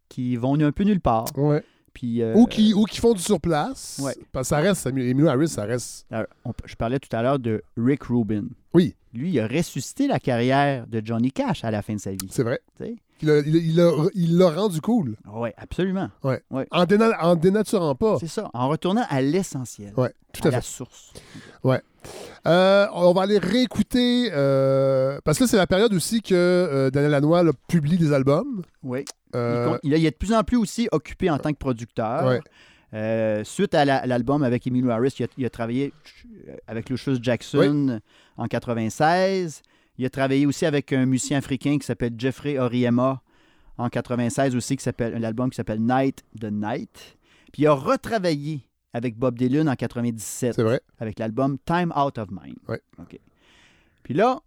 B: qui vont un peu nulle part.
A: Ouais.
B: Puis, euh,
A: Ou, qui, ou qui font du surplace.
B: Ouais.
A: Parce que ça reste, Emilio Harris, ça reste.
B: Alors, euh, on- je parlais tout à l'heure de Rick Rubin.
A: Oui.
B: Lui, il a ressuscité la carrière de Johnny Cash à la fin de sa vie.
A: C'est vrai.
B: tu sais.
A: Il l'a il, l'a- il l'a- il l'a rendu cool.
B: Oui, absolument.
A: En, déna- en dénaturant pas.
B: C'est ça. En retournant à l'essentiel,
A: Oh. Ouais, tout
B: à,
A: à
B: la
A: fait.
B: source.
A: Euh, on va aller réécouter. euh, parce que là, c'est la période aussi que euh, Daniel Lanois là, publie des albums.
B: Oui.
A: Euh,
B: Il, con- il- il est de plus en plus aussi occupé en tant que producteur.
A: Ouais.
B: Euh, suite à la- l'album avec Emilio Harris, il a, il a travaillé euh, avec Lucius Jackson en 96. Il a travaillé aussi avec un musicien africain qui s'appelle Jeffrey Oriema en 96 aussi, qui s'appelle un album qui s'appelle Night the Night. Puis il a retravaillé avec Bob Dylan en 97
A: c'est vrai.
B: avec l'album Time Out of Mind.
A: Ouais.
B: OK. Puis là,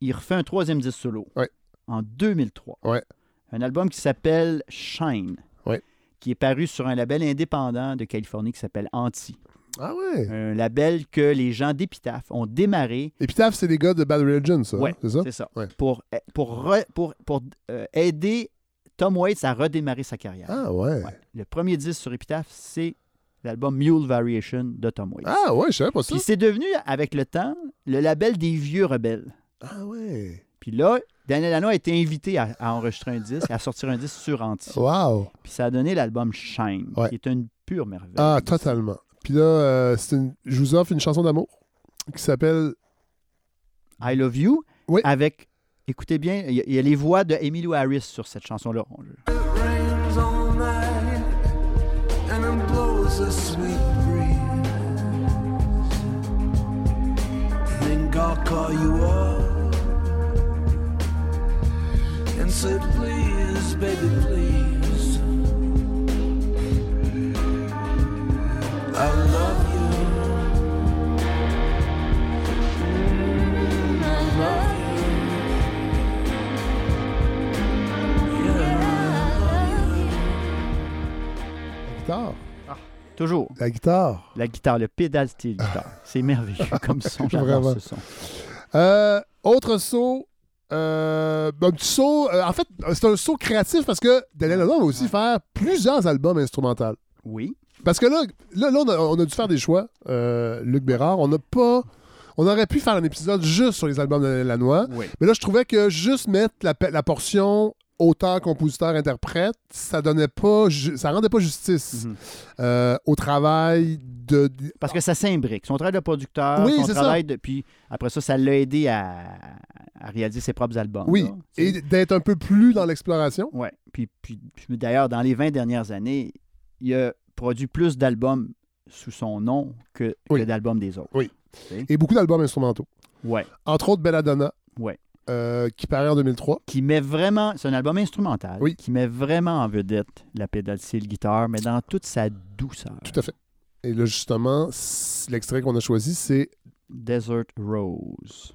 B: il refait un troisième disque solo
A: Ouais.
B: en 2003.
A: Ouais.
B: Un album qui s'appelle Shine,
A: Ouais.
B: qui est paru sur un label indépendant de Californie qui s'appelle Anti.
A: Ah ouais.
B: Un label que les gens d'Epitaph ont démarré
A: Epitaph, c'est les gars de Bad Religion, ça.
B: Ouais,
A: c'est ça?
B: c'est ça,
A: Ouais.
B: pour, pour, re- pour, pour, euh, aider Tom Waits a redémarré sa carrière.
A: Ah ouais.
B: Ouais. Le premier disque sur Epitaph, c'est l'album Mule Variation de Tom Waits.
A: Ah ouais, je savais pas ça.
B: Puis c'est devenu, avec le temps, le label des vieux rebelles.
A: Ah ouais.
B: Puis là, Daniel Lanois a été invité à, à enregistrer un disque, à sortir un disque sur Anti.
A: Wow.
B: Puis ça a donné l'album Shine,
A: Ouais.
B: qui est une pure merveille.
A: Ah, totalement. Puis là, euh, c'est une- je vous offre une chanson d'amour qui s'appelle
B: I Love You,
A: Oui.
B: avec, écoutez bien, il y, a- il y a les voix de Emilio Harris sur cette chanson-là. On-
G: rains all night and it blows a sweet breeze. Then God call you up and say, please, baby, please. I love you. Mm, I love you. Yeah, I love you.
A: La guitare.
B: Toujours.
A: La guitare.
B: La guitare, le pédale style guitare.
A: [laughs]
B: C'est merveilleux comme son, j'adore
A: Vraiment.
B: ce son.
A: Euh, autre saut. euh, un petit saut. euh, en fait, c'est un saut créatif parce que Daniel Lanois va aussi faire plusieurs albums instrumentaux.
B: Oui.
A: Parce que là, là, là, on, a, on a dû faire des choix, euh, Luc Bérard. On n'a pas. On aurait pu faire un épisode juste sur les albums de Daniel Lanois.
B: Oui.
A: Mais là, je trouvais que juste mettre la, pe- la portion auteur, compositeur, interprète, ça donnait pas, ju- ça rendait pas justice
B: Mhm.
A: euh, au travail de. de-
B: Parce que ça s'imbrique. Son travail de producteur,
A: Oui,
B: son
A: c'est ça.
B: travail de. Puis après ça, ça l'a aidé à, à réaliser ses propres albums.
A: Oui,
B: là. C'est-
A: et d'être un peu plus dans l'exploration.
B: Ouais. Puis, puis, puis d'ailleurs, dans les 20 dernières années, il a produit plus d'albums sous son nom que,
A: Oui.
B: que d'albums des autres.
A: Et beaucoup d'albums instrumentaux.
B: Ouais.
A: Entre autres, Belladonna,
B: Ouais.
A: euh, qui paraît en 2003.
B: Qui met vraiment. C'est un album instrumental.
A: Oui.
B: Qui met vraiment en vedette la pédale style guitare, mais dans toute sa douceur.
A: Tout à fait. Et là, justement, c- l'extrait qu'on a choisi, c'est
B: Desert Rose.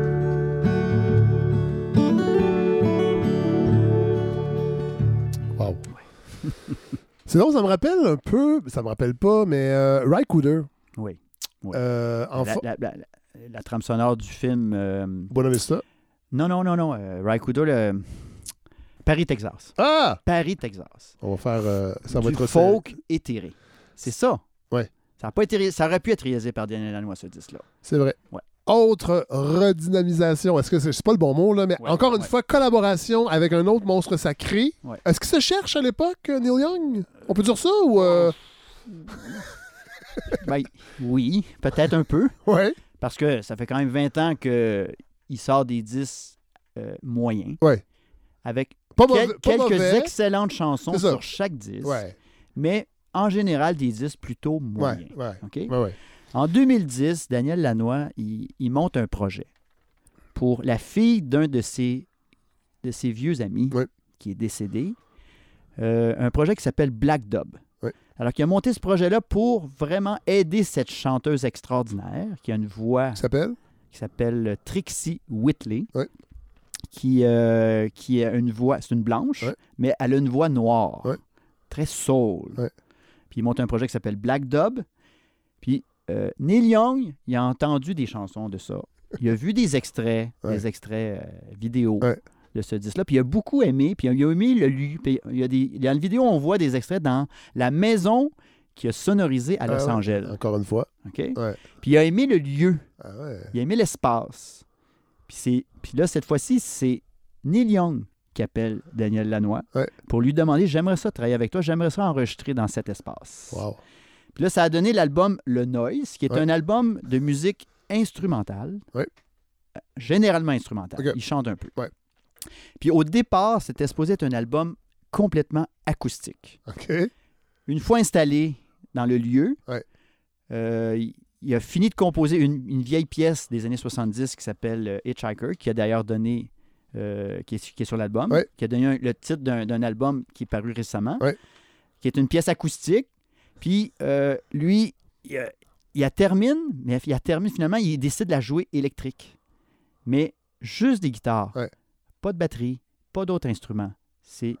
B: [laughs]
A: Wow. C'est drôle, ça me rappelle un peu, ça me rappelle pas, mais euh, Rycooder.
B: Oui. Oui.
A: Euh, en
B: la,
A: fa-
B: la- la- la- la trame sonore du film. euh,
A: Buena Vista.
B: non, non, non, non. euh, Raikudo, le- Paris, Texas.
A: Ah!
B: Paris, Texas.
A: On va faire. euh, ça va
B: du
A: être
B: folk éthéré. C'est ça.
A: Ouais.
B: Ça, a pas été, ré- ça aurait pu être réalisé par Daniel Lanois, ce disque-là.
A: C'est vrai.
B: Ouais.
A: Autre redynamisation. Est-ce que c'est c'est pas le bon mot, là, mais
B: Ouais,
A: encore une
B: ouais.
A: fois, collaboration avec un autre monstre sacré.
B: Ouais.
A: Est-ce qu'il se cherche à l'époque, euh, Neil Young? On peut dire ça ou. euh,
B: Ben, oui, peut-être un peu,
A: Ouais.
B: parce que ça fait quand même 20 ans qu'il sort des disques euh, moyens.
A: Ouais.
B: Avec
A: Pas
B: quel-
A: mauvais. pas
B: quelques
A: mauvais.
B: excellentes chansons
A: C'est ça.
B: sur chaque disque,
A: Ouais,
B: mais en général des disques plutôt
A: ouais,
B: moyens.
A: ouais.
B: OK?
A: Ouais, ouais.
B: En 2010, Daniel Lanois, il, il monte un projet pour la fille d'un de ses, de ses vieux amis
A: Oui.
B: qui est décédé. Euh, un projet qui s'appelle Black Dub.
A: Oui.
B: Alors, qu'il a monté ce projet-là pour vraiment aider cette chanteuse extraordinaire qui a une voix
A: Il s'appelle?
B: qui s'appelle Trixie Whitley,
A: Ouais.
B: qui, euh, qui a une voix, c'est une blanche,
A: Ouais.
B: mais elle a une voix noire,
A: Ouais.
B: très soul.
A: Ouais.
B: Puis il monte un projet qui s'appelle Black Dub. Puis euh, Neil Young, il a entendu des chansons de ça. Il a vu des extraits,
A: Ouais.
B: des extraits euh, vidéo
A: Ouais.
B: de ce disque-là. Puis il a beaucoup aimé. Puis il a aimé le lu. Puis il y a des, dans la vidéo, on voit des extraits dans la maison qui a sonorisé
A: Ah
B: à Los
A: ouais.
B: Angeles.
A: Encore une fois.
B: OK?
A: Ouais.
B: Puis il a aimé le lieu.
A: Ah ouais.
B: Il a aimé l'espace. Puis, c'est- puis là, cette fois-ci, c'est Neil Young qui appelle Daniel Lanois
A: Ouais.
B: pour lui demander J'aimerais ça travailler avec toi, j'aimerais ça enregistrer dans cet espace.
A: Wow.
B: Puis là, ça a donné l'album Le Noise, qui est
A: Ouais.
B: un album de musique instrumentale,
A: Ouais.
B: Euh, généralement instrumentale.
A: Ok.
B: Il chante un peu.
A: Ouais.
B: Puis au départ, c'était supposé être un album complètement acoustique
A: OK. [laughs]
B: une fois installé dans le lieu,
A: Ouais.
B: euh, il- il a fini de composer une, une vieille pièce des années 70 qui s'appelle euh, Hitchhiker, qui a d'ailleurs donné euh, qui, est, su- qui est sur l'album,
A: Ouais.
B: qui a donné un- le titre d'un d'un album qui est paru récemment,
A: Ouais.
B: qui est une pièce acoustique. Puis euh, lui, il, euh, il la termine, mais il la termine finalement, il décide de la jouer électrique. Mais juste des guitares.
A: Ouais.
B: Pas de batterie, pas d'autres instruments. C'est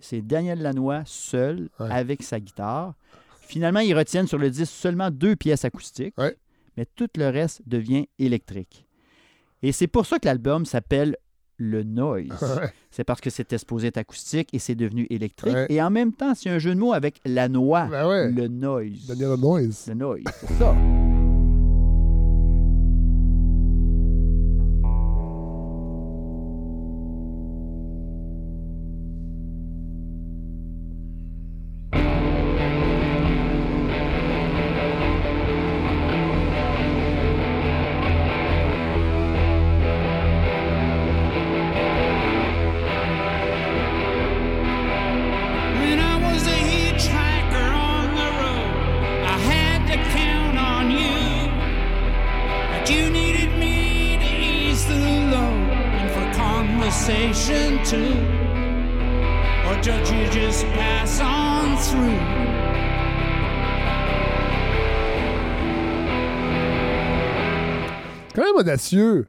B: c'est Daniel Lanois seul
A: Ouais.
B: avec sa guitare. Finalement, ils retiennent sur le disque seulement deux pièces acoustiques,
A: Ouais.
B: mais tout le reste devient électrique. Et c'est pour ça que l'album s'appelle Le Noise.
A: [laughs] Ouais.
B: c'est parce que c'était supposé être acoustique et c'est devenu électrique.
A: Ouais.
B: Et en même temps, c'est un jeu de mots avec la noix,
A: Ben ouais.
B: le noise.
A: Daniel Noise.
B: Le noise, c'est ça.
H: When I was a hitchhiker on the road, I had to count on you. But you needed me to ease the load and for conversation too. Or did you just pass on through?
A: C'est Quand même audacieux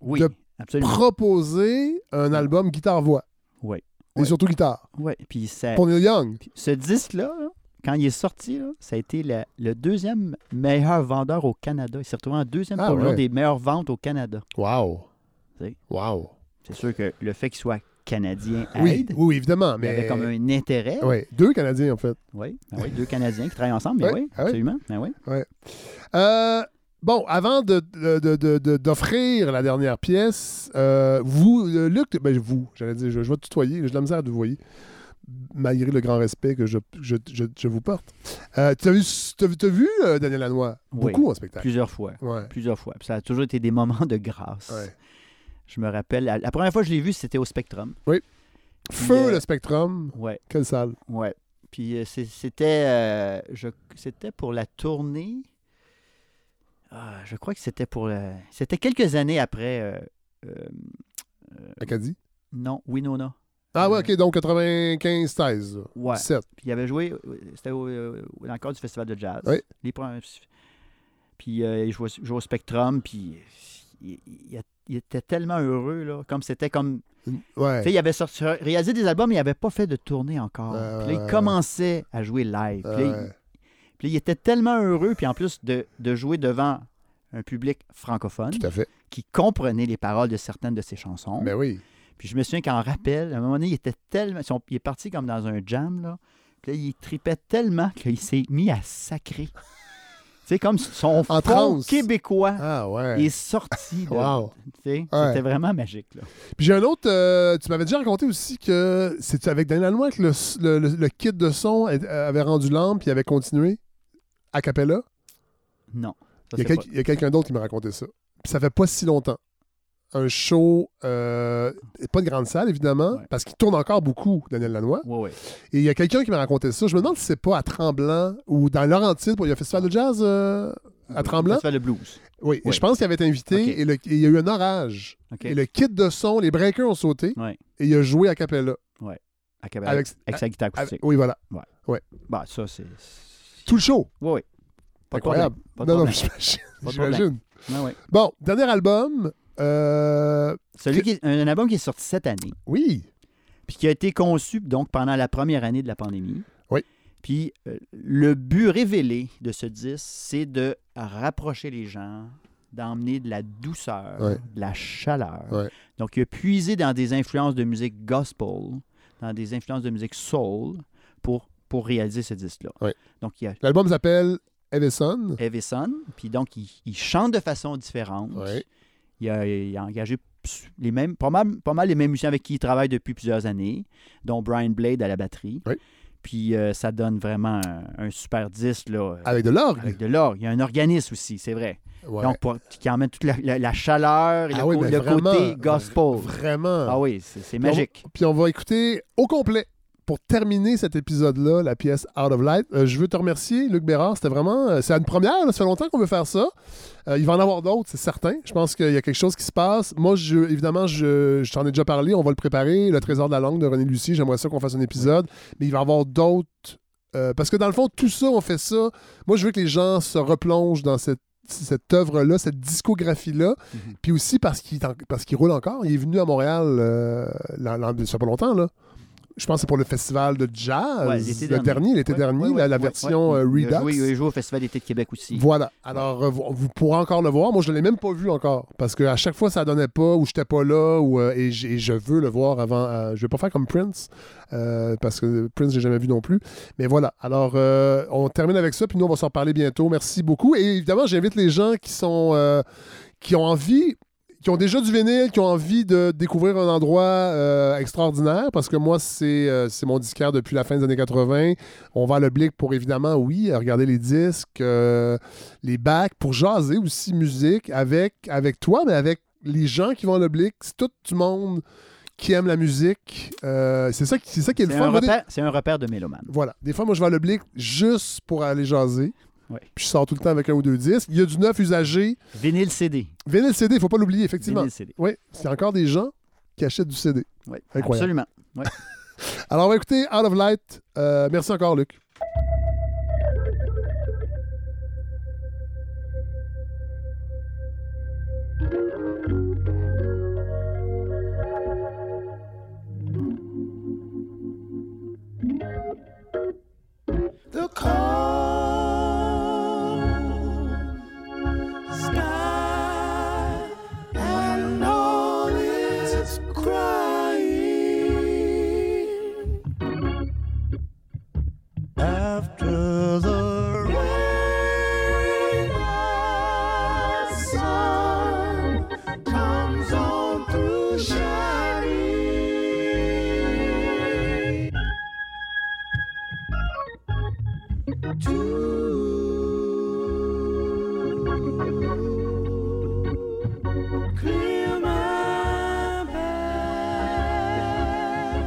B: Oui,
A: De
B: absolument.
A: proposer un album guitare-voix.
B: Ouais.
A: Et surtout guitare.
B: Ouais. Puis ça-
A: Pour Neil Young.
B: ce disque-là, là, quand il est sorti, là, ça a été la- le deuxième meilleur vendeur au Canada. Il s'est retrouvé en deuxième
A: Ah,
B: position
A: ouais.
B: des meilleures ventes au Canada.
A: Wow.
B: C'est-
A: Wow.
B: C'est sûr que le fait qu'il soit canadien aide.
A: Oui, oui, évidemment.
B: Il y avait
A: Mais...
B: comme un intérêt. Oui.
A: Ouais, deux Canadiens, en fait.
B: Ah oui, deux Canadiens qui travaillent ensemble, mais
A: Ouais,
B: oui,
A: ah oui.
B: absolument. Ah oui.
A: Euh, bon, avant de- de- de- de- de- d'offrir la dernière pièce, euh, vous, euh, Luc, ben vous, j'allais dire, je, je vais te tutoyer, j'ai de la misère à te voyer, malgré le grand respect que je, je- je- je vous porte. Euh, tu as vu, t'as vu- t'as vu, euh, Daniel Lanois
B: Oui.
A: beaucoup en spectacle.
B: Plusieurs fois.
A: Ouais,
B: Plusieurs fois. Puis Ça a toujours été des moments de grâce.
A: ouais.
B: Je me rappelle, la, la première fois que je l'ai vu, c'était au Spectrum.
A: Feu
B: euh,
A: le Spectrum,
B: Ouais,
A: quelle salle.
B: ouais. Puis euh, c'est- c'était euh, je- c'était pour la tournée. Ah, je crois que c'était pour la- C'était quelques années après. euh, euh, euh,
A: Acadie.
B: non, Winona.
A: Ah ouais,
B: euh,
A: ok, donc 95-16,
B: Ouais.
A: 17.
B: Puis il avait joué, c'était au- euh, dans le cadre du festival de jazz.
A: Oui.
B: Les premiers- puis euh, il jouait, jouait au Spectrum, puis il, il- il était tellement heureux, là, comme c'était comme...
A: Ouais.
B: Tu sais, il avait sorti, réalisé des albums, mais il n'avait pas fait de tournée encore.
A: Ouais,
B: Puis là,
A: ouais,
B: il
A: ouais,
B: commençait à jouer live. Puis là,
A: Ouais.
B: il, puis là, il était tellement heureux, puis en plus de, de jouer devant un public francophone
A: Tout à fait.
B: qui comprenait les paroles de certaines de ses chansons.
A: Mais oui.
B: Puis je me souviens qu'en rappel, à un moment donné, il était tellement. son- il est parti comme dans un jam, là. Puis là, il tripait tellement qu'il s'est mis à
A: [laughs]
B: sacrer. tu sais, comme son
A: En
B: fond
A: transe.
B: québécois
A: Ah
B: est
A: ouais.
B: sorti. de-
A: Wow.
B: tu sais,
A: Ouais.
B: C'était vraiment magique, là.
A: Puis j'ai un autre, euh, tu m'avais déjà raconté aussi que c'est avec Daniel Lanois que le, le- le- le kit de son est- euh, avait rendu l'âme puis avait continué a cappella.
B: Non. Ça,
A: Il y a,
B: c'est
A: quel- il y a quelqu'un d'autre qui m'a raconté ça. Puis ça fait pas si longtemps. Un show, euh, pas de grande salle évidemment,
B: Ouais.
A: parce qu'il tourne encore beaucoup, Daniel Lanois.
B: pas- Ouais, ouais.
A: Et il y a quelqu'un qui m'a raconté ça. Je me demande si c'est pas à Tremblant ou dans Laurentide, pour- il y a un festival de jazz euh, à Tremblant.
B: Festival de blues.
A: Oui, et
B: Ouais.
A: je pense qu'il avait été invité
B: Ok.
A: et, le- et il y a eu un orage.
B: OK.
A: Et le kit de son, les breakers ont sauté
B: Ouais.
A: et il a joué a cappella.
B: À Québec, avec,
A: Avec-
B: sa guitare acoustique.
A: Oui, voilà.
B: Bah, ça, c'est.
A: Tout le show.
B: Ouais, ouais. Pas de
A: Incroyable.
B: problème, Pas de
A: non, non,
B: problème.
A: j'imagine.
B: Pas de
A: j'imagine.
B: Ouais, ouais.
A: Bon, dernier album. euh,
B: Celui qui est- un album qui est sorti cette année.
A: oui.
B: puis qui a été conçu donc pendant la première année de la pandémie.
A: Oui.
B: Puis euh, le but révélé de ce disque, c'est de rapprocher les gens, d'emmener de la douceur,
A: Ouais.
B: de la chaleur.
A: Ouais.
B: Donc il a puisé dans des influences de musique gospel, dans des influences de musique soul pour, pour réaliser ce disque-là.
A: Ouais.
B: Donc il y a
A: L'album s'appelle Evison.
B: Evison, puis donc il, il chante de façon différente.
A: Ouais.
B: Il, a, il a engagé ps- les mêmes, pas, mal, pas mal les mêmes musiciens avec qui il travaille depuis plusieurs années, dont Brian Blade à la batterie.
A: Ouais.
B: Puis euh, ça donne vraiment un, un super disque là, euh,
A: Avec de l'orgue.
B: avec de l'or. Il y a un organisme aussi, c'est vrai.
A: Ouais.
B: Donc pour- qui emmène toute la, la- la chaleur, et
A: Ah
B: le,
A: oui,
B: co-
A: mais
B: le
A: vraiment,
B: côté gospel.
A: Vraiment.
B: Ah oui, c'est c'est
A: Puis on-
B: magique.
A: Puis on va écouter au complet pour terminer cet épisode-là, la pièce Out of Light, euh, je veux te remercier, Luc Bérard. C'était vraiment. euh, c'est une première, là. ça fait longtemps qu'on veut faire ça. Euh, il va en avoir d'autres, c'est certain. Je pense qu'il y a quelque chose qui se passe. Moi, je, évidemment, je, je t'en ai déjà parlé. On va le préparer. Le Trésor de la langue de René Lucie. J'aimerais ça qu'on fasse un épisode. Mais il va y avoir d'autres. euh, parce que dans le fond, tout ça, on fait ça. Moi, je veux que les gens se replongent dans cette cette œuvre-là, cette discographie-là,
B: Mhm.
A: puis aussi parce qu'il, est en- parce qu'il roule encore. Il est venu à Montréal, euh, l'an- l'an- ça fait pas longtemps, là. Je pense que c'est pour le festival de jazz,
B: Ouais, l'été
A: le dernier, l'été
B: Ouais,
A: dernier,
B: ouais,
A: la,
B: ouais,
A: la
B: ouais,
A: version
B: ouais.
A: euh,
B: Il a
A: Redux.
B: joué- Il a joué au Festival d'été de Québec aussi.
A: Voilà. Alors, euh, vous, vous pourrez encore le voir. Moi, je ne l'ai même pas vu encore. Parce que à chaque fois, ça donnait pas, ou j'étais pas là, ou, euh, et, j'ai- et je veux le voir avant. euh, je vais pas faire comme Prince, euh, parce que Prince, j'ai jamais vu non plus. Mais voilà. Alors, euh, on termine avec ça, puis nous, on va s'en parler bientôt. Merci beaucoup. Et évidemment, j'invite les gens qui sont. euh, qui ont envie qui ont déjà du vinyle, qui ont envie de découvrir un endroit euh, extraordinaire, parce que moi, c'est euh, c'est mon disquaire depuis la fin des années 80. On va à l'oblique pour, évidemment, oui, regarder les disques, euh, les bacs, pour jaser aussi musique avec, avec toi, mais avec les gens qui vont à l'oblique. C'est tout du monde qui aime la musique. Euh, c'est ça, qui- c'est ça qui est le
B: C'est un,
A: fun. Moi, des-
B: repère- c'est un repère de mélomanes.
A: voilà. Des fois, moi, je vais à l'oblique juste pour aller jaser.
B: Ouais.
A: Puis je sors tout le temps avec un ou deux disques. Il y a du neuf usagé.
B: Vinyle CD.
A: Vinyle CD, il faut pas l'oublier, effectivement.
B: Vinyle CD.
A: Oui, c'est encore des gens qui achètent du CD.
B: Ouais,
A: Incroyable.
B: Absolument.
A: Alors, on va écouter Out of Light. Euh, merci encore, Luc.
G: The cold sky and all is crying after the rain. The sun comes on through shining. to clear my path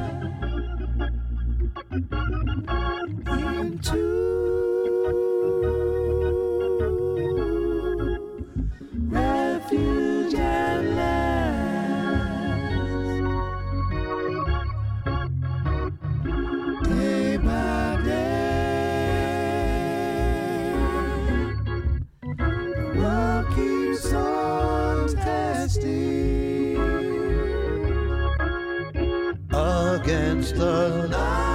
G: into refuge and last day by day. Love keeps on testing
E: against the
G: light.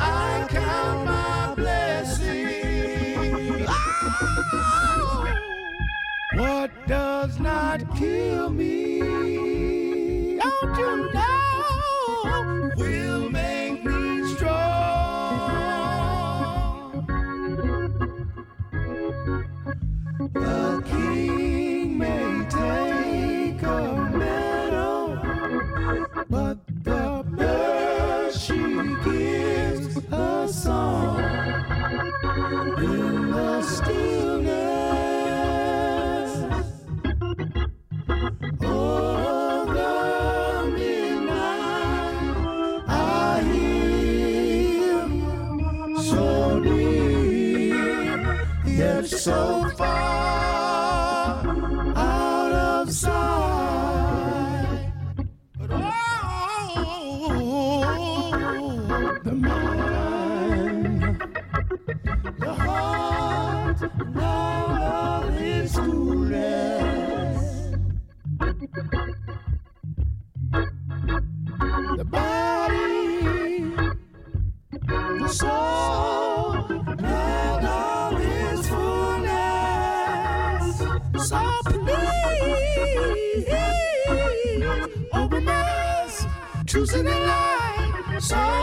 G: I count my blessings. Oh, what does not kill me? Don't you know? Will make me strong. A king may take a medal, but the mercy gives a song. In the stillness of the midnight, I hear so near yet so far out of sight. But oh, the mind, the heart, now of its coolness. The body the soul and all its fullness. So please open us, choosing the light. So